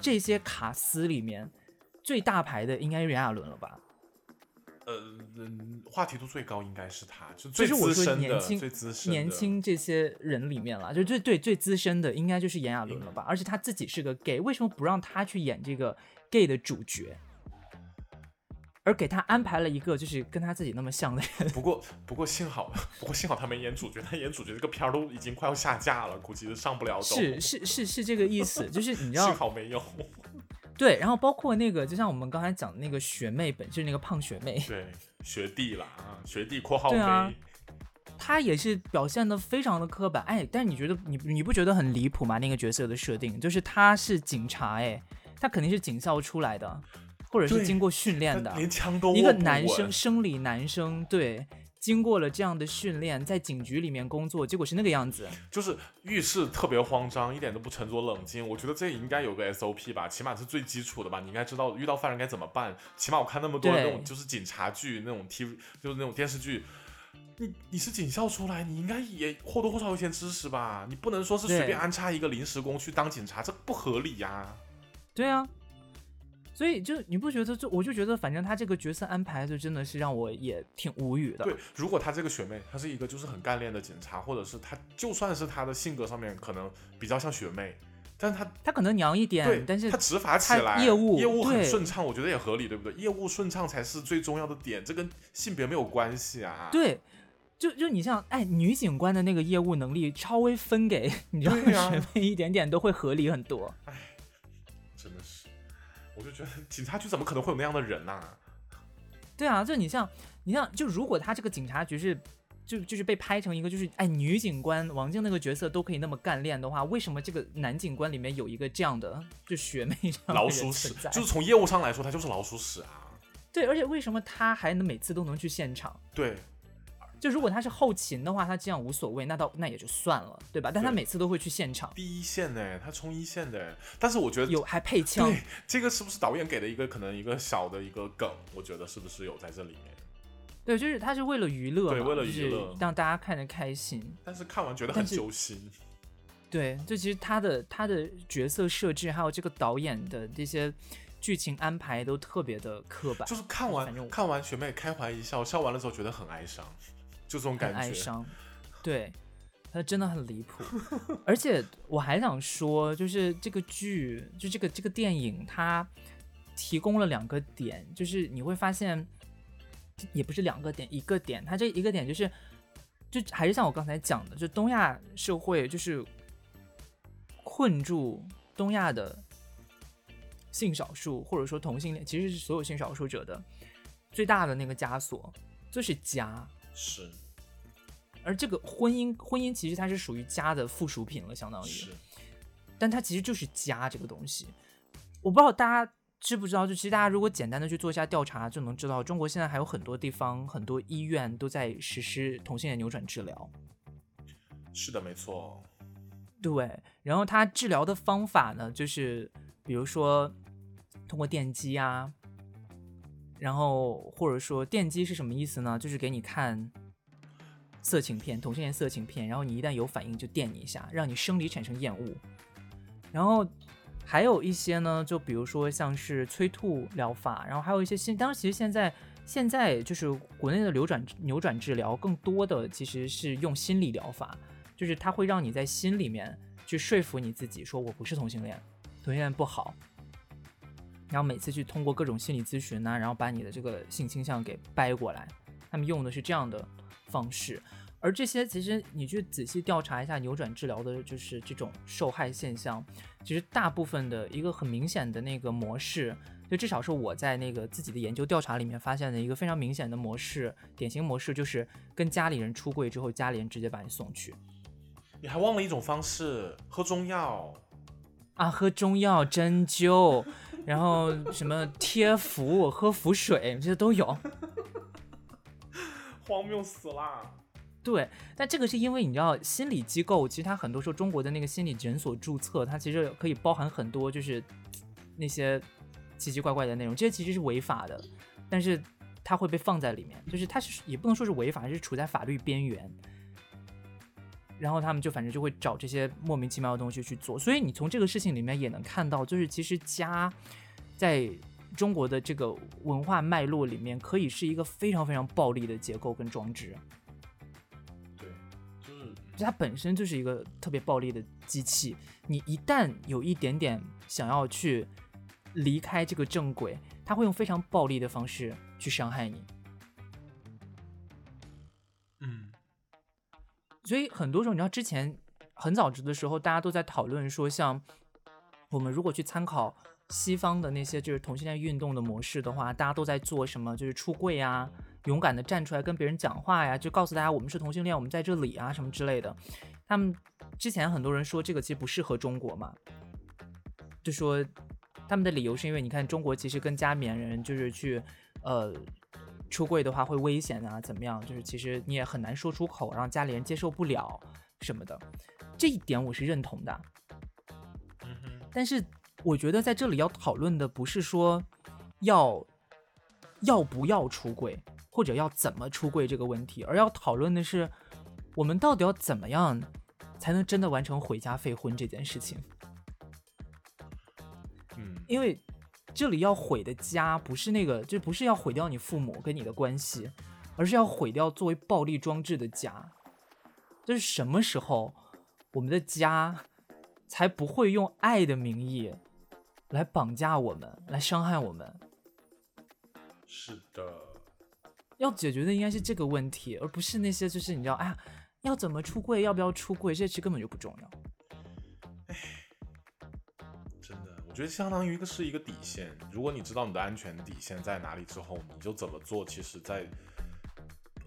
A: 这些卡司里面最大牌的应该是炎亚纶了吧？
B: 呃，嗯话题度最高应该是他，就最
A: 就是我
B: 资
A: 说
B: 深
A: 年
B: 的，
A: 轻
B: 最资深的
A: 年轻这些人里面了，就最对最资深的应该就是炎亚纶了吧？而且他自己是个 gay，为什么不让他去演这个 gay 的主角，而给他安排了一个就是跟他自己那么像的人？
B: 不过不过幸好，不过幸好他没演主角，他演主角这个片儿都已经快要下架了，估计是上不了抖。
A: 是是是是这个意思，就是你知
B: 幸
A: 道
B: 好没有。
A: 对，然后包括那个，就像我们刚才讲的那个学妹本，就是那个胖学妹，
B: 对，学弟啦，啊，学弟（括号
A: 对啊
B: 没
A: 她也是表现的非常的刻板。哎，但是你觉得你你不觉得很离谱吗？那个角色的设定，就是她是警察，哎，她肯定是警校出来的，或者是
B: 对
A: 经过训练的
B: 他，连枪都
A: 一
B: 握
A: 个
B: 不
A: 男
B: 稳
A: 生，生理男生，对，经过了这样的训练，在警局里面工作，结果是那个样子。
B: 就是遇事特别慌张，一点都不沉着冷静。我觉得这应该有个 SOP 吧，起码是最基础的吧。你应该知道遇到犯人该怎么办。起码我看那么多的
A: 对
B: 那种就是警察剧那种 TV，就是那种电视剧。你你是警校出来，你应该也或多或少有一些知识吧？你不能说是随
A: 对
B: 便安插一个临时工去当警察，这不合理呀、
A: 对啊，所以就你不觉得就我就觉得，反正他这个角色安排就真的是让我也挺无语的。
B: 对，如果她这个学妹，她是一个就是很干练的警察，或者是她就算是她的性格上面可能比较像学妹，但是她
A: 他可能娘一
B: 对
A: 点，，但是
B: 他执法起
A: 他
B: 来，
A: 业务
B: 业务很
A: 对
B: 顺畅，我觉得也合理，对不对？业务顺畅才是最重要的点，这跟性别没有关系啊。
A: 对，就就你像哎，女警官的那个业务能力稍微分给你知道
B: 对啊
A: 学妹一点点都会合理很多。
B: 真的是，我就觉得警察局怎么可能会有那样的 人呐、
A: 对啊，就你像你像，就如果他这个警察局是。就就是被拍成一个就是哎女警官王静那个角色都可以那么干练的话，为什么这个男警官里面有一个这样的就学妹这样的
B: 老
A: 人
B: 鼠屎
A: 存在，？
B: 就是从业务上来说，他就是老鼠屎啊。
A: 对，而且为什么他还能每次都能去现场？
B: 对，
A: 就如果他是后勤的话，他这样无所谓，那倒那也就算了，对吧？但他
B: 对
A: 每次都会去现场，
B: 第一线呢，他冲一线的，但是我觉得
A: 有还配枪
B: 对，这个是不是导演给的一个可能一个小的一个梗？我觉得是不是有在这里面？
A: 对，就是他是为了娱乐嘛，
B: 对为了
A: 就
B: 娱
A: 是
B: 乐
A: 让大家看着开心。
B: 但是看完觉得
A: 但
B: 很
A: 是
B: 揪心。
A: 对，就其实他的他的角色设置，还有这个导演的这些剧情安排都特别的刻板，
B: 就是看
A: 反正
B: 完
A: 我
B: 看完学妹开怀一笑，笑完了之后觉得很哀伤，就这种
A: 很
B: 感
A: 哀
B: 觉。
A: 伤。对，他真的很离 谱。而且我还想说，就是这个剧，就这个这个电影，它提供了两个点，就是你会发现，也不是两个点，一个点，它这一个点就是，就还是像我刚才讲的，就东亚社会就是困住东亚的性少数，或者说同性恋，其实是所有性少数者的最大的那个枷锁，就是家。
B: 是
A: 而这个婚姻，婚姻其实它是属于家的附属品了，相当于，
B: 是，
A: 但它其实就是家这个东西。我不知道大家知不知道，就其实大家如果简单的去做一下调查，就能知道中国现在还有很多地方、很多医院都在实施同性恋扭转治疗。
B: 是的，没错。
A: 对，然后它治疗的方法呢，就是比如说通过电击啊，然后或者说电击是什么意思呢？就是给你看色情片，同性恋色情片，然后你一旦有反应就电你一下，让你生理产生厌恶。然后还有一些呢，就比如说像是催吐疗法，然后还有一些新，当然其实现在。现在就是国内的扭转扭转治疗，更多的其实是用心理疗法，就是它会让你在心里面去说服你自己，说我不是同性恋，同性恋不好。然后每次去通过各种心理咨询呐、然后把你的这个性倾向给掰过来，他们用的是这样的方式。而这些其实你去仔细调查一下扭转治疗的，就是这种受害现象，其实大部分的一个很明显的那个模式，就至少是我在那个自己的研究调查里面发现的一个非常明显的模式，典型模式就是跟家里人出柜之后，家里人直接把你送去，
B: 你还忘了一种方式，喝中药。
A: 啊，喝中药、针灸，然后什么贴符、喝符水，这都有。
B: 荒谬死啦！
A: 对，但这个是因为你知道，心理机构其实它很多时候中国的那个心理诊所注册，它其实可以包含很多就是那些奇奇怪怪的内容，这些其实是违法的，但是它会被放在里面，就是它是也不能说是违法，是处在法律边缘。然后他们就反正就会找这些莫名其妙的东西去做，所以你从这个事情里面也能看到，就是其实家在中国的这个文化脉络里面，可以是一个非常非常暴力的结构跟装置，
B: 对，就是
A: 就它本身就是一个特别暴力的机器。你一旦有一点点想要去离开这个正轨，它会用非常暴力的方式去伤害你。
B: 嗯，
A: 所以很多时候，你知道之前很早的时候，大家都在讨论说，像我们如果去参考西方的那些就是同性恋运动的模式的话，大家都在做什么，就是出柜啊，勇敢的站出来跟别人讲话呀，就告诉大家我们是同性恋，我们在这里啊什么之类的。他们之前很多人说这个其实不适合中国嘛，就说他们的理由是因为你看中国其实跟加冕人就是去呃出柜的话会危险啊，怎么样？就是其实你也很难说出口，让家里人接受不了什么的。这一点我是认同的，
B: 嗯哼，
A: 但是我觉得在这里要讨论的不是说要要不要出柜或者要怎么出柜这个问题，而要讨论的是我们到底要怎么样才能真的完成回家废婚这件事情。
B: 嗯，
A: 因为这里要毁的家不是那个，就不是要毁掉你父母跟你的关系，而是要毁掉作为暴力装置的家。就是什么时候我们的家才不会用爱的名义来绑架我们，来伤害我们？
B: 是的，
A: 要解决的应该是这个问题，而不是那些就是你知道，哎呀，要怎么出柜，要不要出柜，这些根本就不重要。
B: 真的，我觉得相当于一个是一个底线。如果你知道你的安全底线在哪里之后，你就怎么做，其实在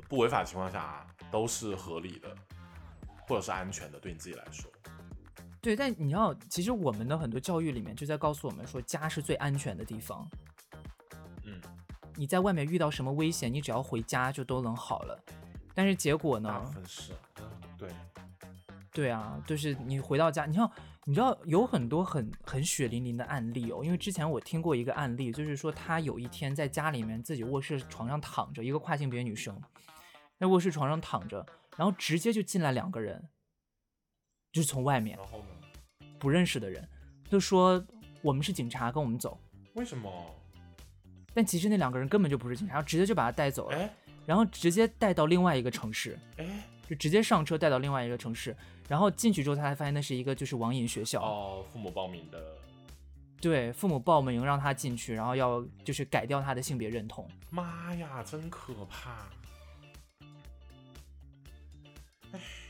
B: 不违法情况下啊，都是合理的，或者是安全的，对你自己来说。
A: 对，但你要，其实我们的很多教育里面就在告诉我们说，家是最安全的地方。
B: 嗯，
A: 你在外面遇到什么危险，你只要回家就都能好了。但是结果
B: 大部
A: 呢？
B: 分是，啊对，
A: 对啊，就是你回到家，你像你知道有很多很很血淋淋的案例哦。因为之前我听过一个案例，就是说她有一天在家里面自己卧室床上躺着，一个跨性别女生在卧室床上躺着，然后直接就进来两个人，就是从外面
B: 然后呢？
A: 不认识的人，就说我们是警察，跟我们走。
B: 为什么？
A: 但其实那两个人根本就不是警察，直接就把她带走了，
B: 哎
A: 然后直接带到另外一个城市。
B: 哎，
A: 就直接上车带到另外一个城市，然后进去之后，他才发现那是一个就是网瘾学校，
B: 哦，父母报名的，
A: 对，父母报名让他进去，然后要就是改掉他的性别认同，
B: 妈呀，真可怕。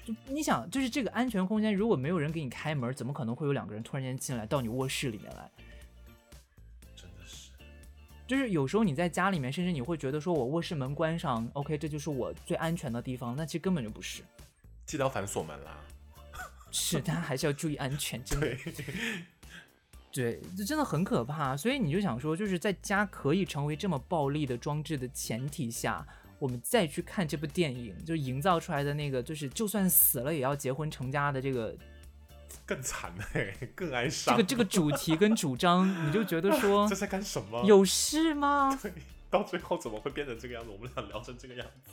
A: 就你想，就是这个安全空间，如果没有人给你开门，怎么可能会有两个人突然间进来到你卧室里面来？
B: 真的是，
A: 就是有时候你在家里面，甚至你会觉得说我卧室门关上，OK，这就是我最安全的地方，但其实根本就不是，
B: 记得要反锁门啦。
A: 是大家还是要注意安全，真的。
B: 对，
A: 对，这真的很可怕。所以你就想说，就是在家可以成为这么暴力的装置的前提下，我们再去看这部电影，就营造出来的那个，就是就算死了也要结婚成家的这个
B: 更惨哎、更哀
A: 这
B: 伤。
A: 个这个主题跟主张，你就觉得说
B: 这在干什么？
A: 有事吗？
B: 到最后怎么会变成这个样子？我们俩聊成这个样子，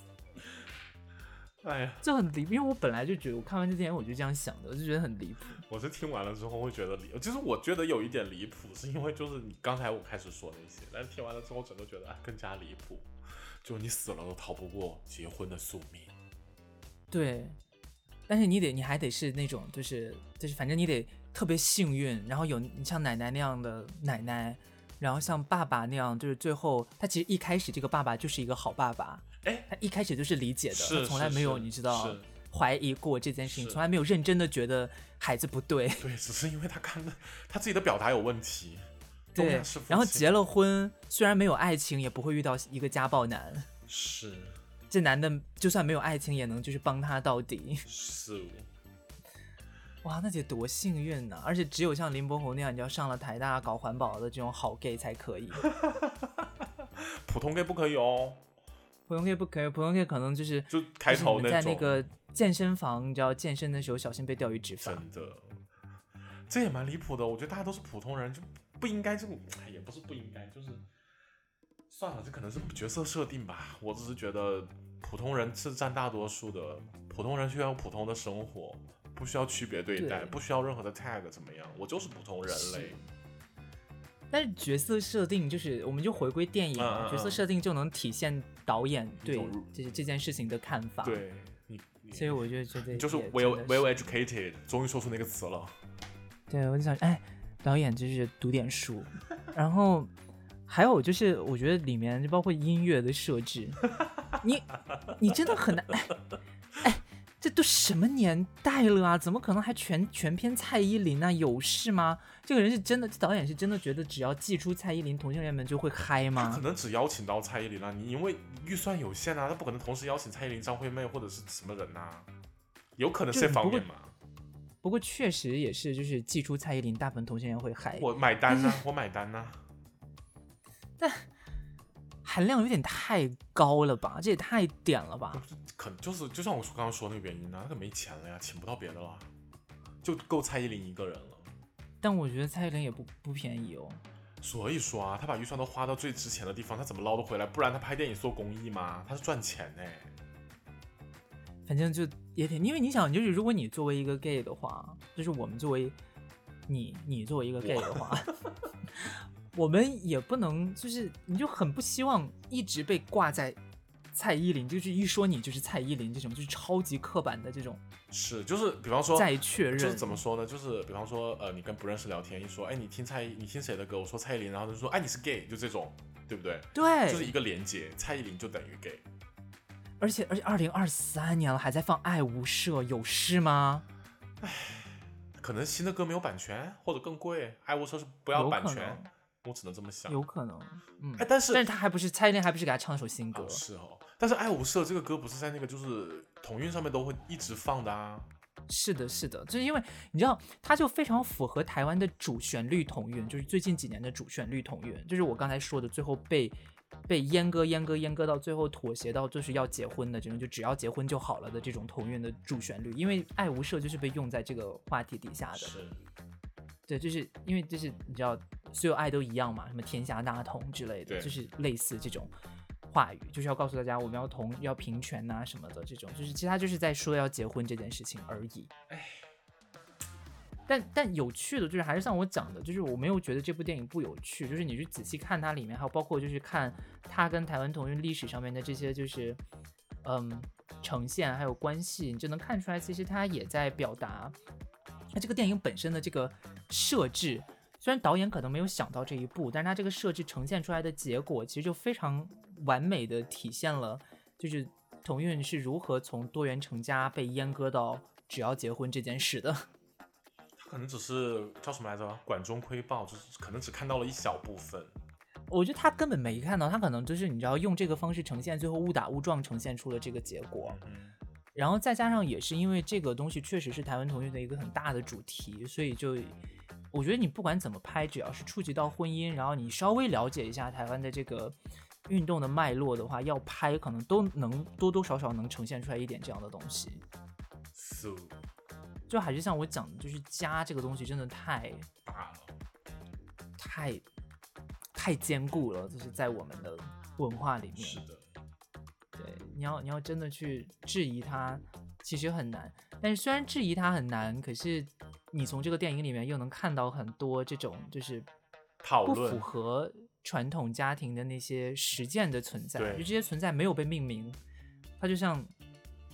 B: 哎呀，
A: 这很离谱，因为我本来就觉得，我看完这电影我就这样想的，我就觉得很离谱。
B: 我是听完了之后会觉得离，其实我觉得有一点离谱，是因为就是你刚才我开始说那些，但是听完了之后整个觉得啊更加离谱，就你死了都逃不过结婚的宿命。
A: 对，但是你得，你还得是那种，就是就是，反正你得特别幸运，然后有你像奶奶那样的奶奶，然后像爸爸那样，就是最后他其实一开始这个爸爸就是一个好爸爸，
B: 哎
A: 他一开始就是理解的，
B: 是
A: 他从来
B: 是
A: 没有
B: 是
A: 你知道
B: 是
A: 怀疑过这件事情，
B: 是
A: 从来没有认真的觉得孩子不 对，
B: 对，只是因为他看了他自己的表达有问题，东
A: 对
B: 亚式，父
A: 然后
B: 亲
A: 结了婚，虽然没有爱情，也不会遇到一个家暴男，
B: 是
A: 这男的就算没有爱情，也能就是帮他到底。
B: 是，
A: 哇，那得多幸运呢、而且只有像林柏宏那样，你要上了台大搞环保的这种好 gay 才可以。
B: 普通 gay 不可以哦，
A: 普通 gay 不可以，普通 gay 可能就是
B: 就开
A: 就是
B: 头
A: 你
B: 那
A: 们
B: 种。
A: 在那个健身房，你知道健身的时候小心被钓鱼执法。
B: 真的，这也蛮离谱的。我觉得大家都是普通人，就不应该这种，哎也不是不应该，就是算了，这可能是角色设定吧。我只是觉得普通人是占大多数的，普通人需要有普通的生活，不需要区别对待，
A: 对
B: 不需要任何的 tag 怎么样，我就是普通人
A: 是
B: 类。
A: 但是角色设定就是，我们就回归电影嘛，
B: 嗯嗯嗯
A: 角色设定就能体现导演对
B: 种
A: 这这件事情的看法。，
B: 对你，你
A: 所以我就觉得
B: 你就是
A: 也
B: well
A: 真的是
B: well educated，终于说出那个词了。
A: 对，我就想，哎，导演就是读点书，然后还有就是，我觉得里面就包括音乐的设置，你你真的很难，哎，哎这都什么年代了啊？怎么可能还全全篇蔡依林啊？有事吗？这个人是真的，这导演是真的觉得只要寄出蔡依林，同性恋们就会嗨
B: 他
A: 吗？
B: 可能只邀请到蔡依林了、你因为预算有限啊，他不可能同时邀请蔡依林、张惠妹或者是什么人呐、有可能
A: 就是
B: 这
A: 你
B: 方
A: 不会
B: 面嘛。
A: 不过确实也是，就是寄出蔡依林，大部分同性恋会嗨，
B: 我买单呐、我买单呐、啊
A: 含量有点太高了吧？这也太点了吧？
B: 可能就是就像我刚刚说那个原因呢、他没钱了呀，请不到别的了，就够蔡依林一个人了。
A: 但我觉得蔡依林也不不便宜哦。
B: 所以说啊，他把预算都花到最值钱的地方，他怎么捞得回来？不然他拍电影做公益吗？他是赚钱呢、
A: 反正就也挺，因为你想，就是如果你作为一个 gay 的话，就是我们作为你，你作为一个 gay 的 话，我们也不能就是，你就很不希望一直被挂在蔡依林，就是一说你就是蔡依林这种，就是超级刻板的这种
B: 是，就是比方说，
A: 再确认。
B: 就是怎么说呢？就是比方说，呃，你跟不认识聊天，一说，哎，你听蔡依，你听谁的歌？我说蔡依林，然后他就说，哎，你是 gay，就这种，对不对？
A: 对，
B: 就是一个连接，蔡依林就等于 gay。
A: 而且而且二零二三年了，还在放《爱无赦》，有事吗？
B: 可能新的歌没有版权，或者更贵。爱无赦是不要
A: 有
B: 版
A: 可
B: 权
A: 能，
B: 我只能这么想。
A: 有可能，嗯。
B: 哎，但是
A: 但是他还不是蔡依林，还不是给他唱一首新歌
B: 哦，是哦，但是爱无赦这个歌不是在那个就是同运上面都会一直放的啊。
A: 是的，是的，就是因为你知道，它就非常符合台湾的主旋律统运，就是最近几年的主旋律统运，就是我刚才说的，最后被被阉割、阉割、阉割到最后妥协到就是要结婚的这种，就只要结婚就好了的这种统运的主旋律，因为爱无赦就是被用在这个话题底下的，
B: 是，
A: 对，就是因为就是你知道，所有爱都一样嘛，什么天下大同之类的，
B: 对
A: 就是类似这种话语，就是要告诉大家我们要同要平权呐、什么的这种，就是其实他就是在说要结婚这件事情而已。但但有趣的就是还是像我讲的，就是我没有觉得这部电影不有趣，就是你去仔细看它里面，还有包括就是看它跟台湾同运历史上面的这些就是嗯呈现还有关系，你就能看出来，其实它也在表达那这个电影本身的这个设置。虽然导演可能没有想到这一步，但是他这个设置呈现出来的结果，其实就非常完美的体现了，就是同运是如何从多元成家被阉割到只要结婚这件事的。
B: 他可能只是叫什么来着？管中窥豹，就是可能只看到了一小部分。
A: 我觉得他根本没看到，他可能就是你知道用这个方式呈现，最后误打误撞呈现出了这个结果。
B: 嗯，
A: 然后再加上也是因为这个东西确实是台湾同学的一个很大的主题，所以就我觉得你不管怎么拍，只要是触及到婚姻，然后你稍微了解一下台湾的这个运动的脉络的话，要拍可能都能多多少少能呈现出来一点这样的东西。
B: so
A: 就还是像我讲的，就是家这个东西真的太
B: 大了。
A: 太太坚固了，就是在我们的文化里面。
B: 是的，
A: 对，你要你要真的去质疑它，其实很难。但是虽然质疑它很难，可是你从这个电影里面又能看到很多这种就是
B: 讨
A: 不符
B: 论
A: 合传统家庭的那些实践的存在，
B: 对
A: 就这些存在没有被命名，它就像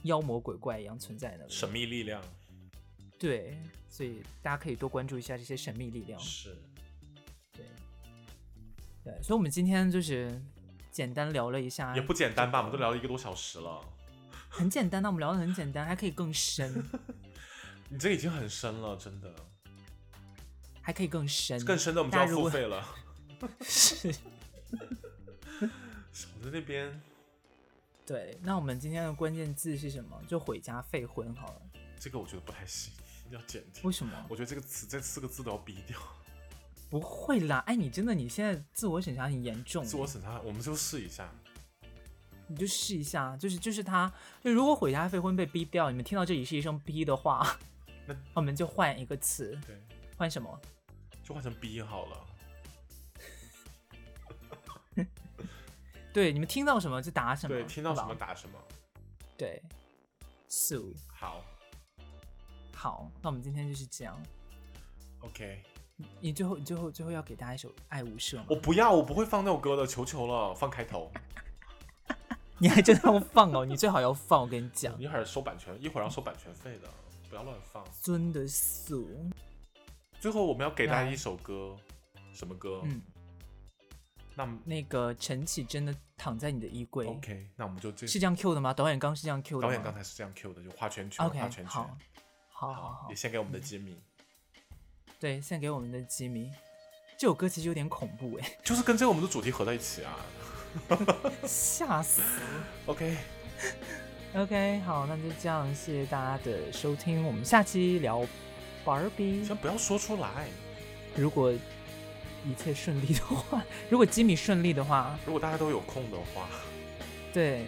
A: 妖魔鬼怪一样存在那
B: 神
A: 里。
B: 秘力量
A: 对，所以大家可以多关注一下这些神秘力量。
B: 是
A: 对，对，所以我们今天就是简单聊了一下，
B: 也不简单吧？我们都聊了一个多小时了，
A: 很简单，那我们聊的很简单，还可以更 深，
B: 你这个已经很深了，真的。
A: 还可以更深，
B: 更深的我们就
A: 大
B: 要
A: 家如
B: 付
A: 果
B: 费了。
A: 是，
B: 我在那边
A: 对。那我们今天的关键字是什么？就毁家废婚好了。
B: 这个我觉得不太行，要剪掉
A: 为。什么？
B: 我觉得这个词这四个字都要逼掉。
A: 不会啦！哎，你真的你现在自我审查很严重，
B: 自我审查，我们就试一下。
A: 你就试一下，就是就是他，就如果毁家废婚被逼掉，你们听到这里是一声逼的话，
B: 那
A: 我们就换一个词，
B: 对，
A: 换什么？
B: 就换成逼好了。
A: 对，你们听到什么就答什么，
B: 对，听到什么
A: 好吧
B: 打什么。
A: 对。素
B: 好
A: 好，那我们今天就是这样。
B: ，OK，
A: 你最后你最后最后要给大家一首《爱无赦》吗？
B: 我不要，我不会放那首歌的，求求了，放开头。
A: 你还真要放哦，你最好要放，我跟你讲，
B: 一会儿收版权，一会儿要收版权费的，不要乱放。
A: 真的素，
B: 最后我们要给大家
A: 来
B: 一首歌，什么歌？
A: 嗯，
B: 那
A: 那个陈绮贞的《躺在你的衣柜》
B: OK，那我们就这。
A: 是这样 Q 的吗？导演刚是这样 Q 的吗？
B: 导演刚才是这样 Q 的，就画圈圈，
A: OK，
B: 画圈圈。
A: 好，好好
B: 好
A: 好
B: 也，献给我们的吉米，
A: 对，献给我们的吉米。这首歌其实有点恐怖哎，
B: 就是跟这个我们的主题合在一起啊。
A: 吓死。
B: OK，
A: OK，好，那就这样，谢谢大家的收听，我们下期聊 Barbie。
B: 先不要说出来。
A: 如果一切顺利的话， 如果吉米顺利的话，
B: 如果大家都有空的话，
A: 对，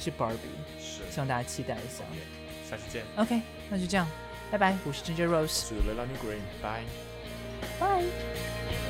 A: 是 Barbie，
B: 是，
A: 希望大家期待一下。
B: Yeah，下期见。
A: OK，那就这样，拜拜，我是 Ginger Rose，
B: 是 Lelani Green，拜。
A: 拜。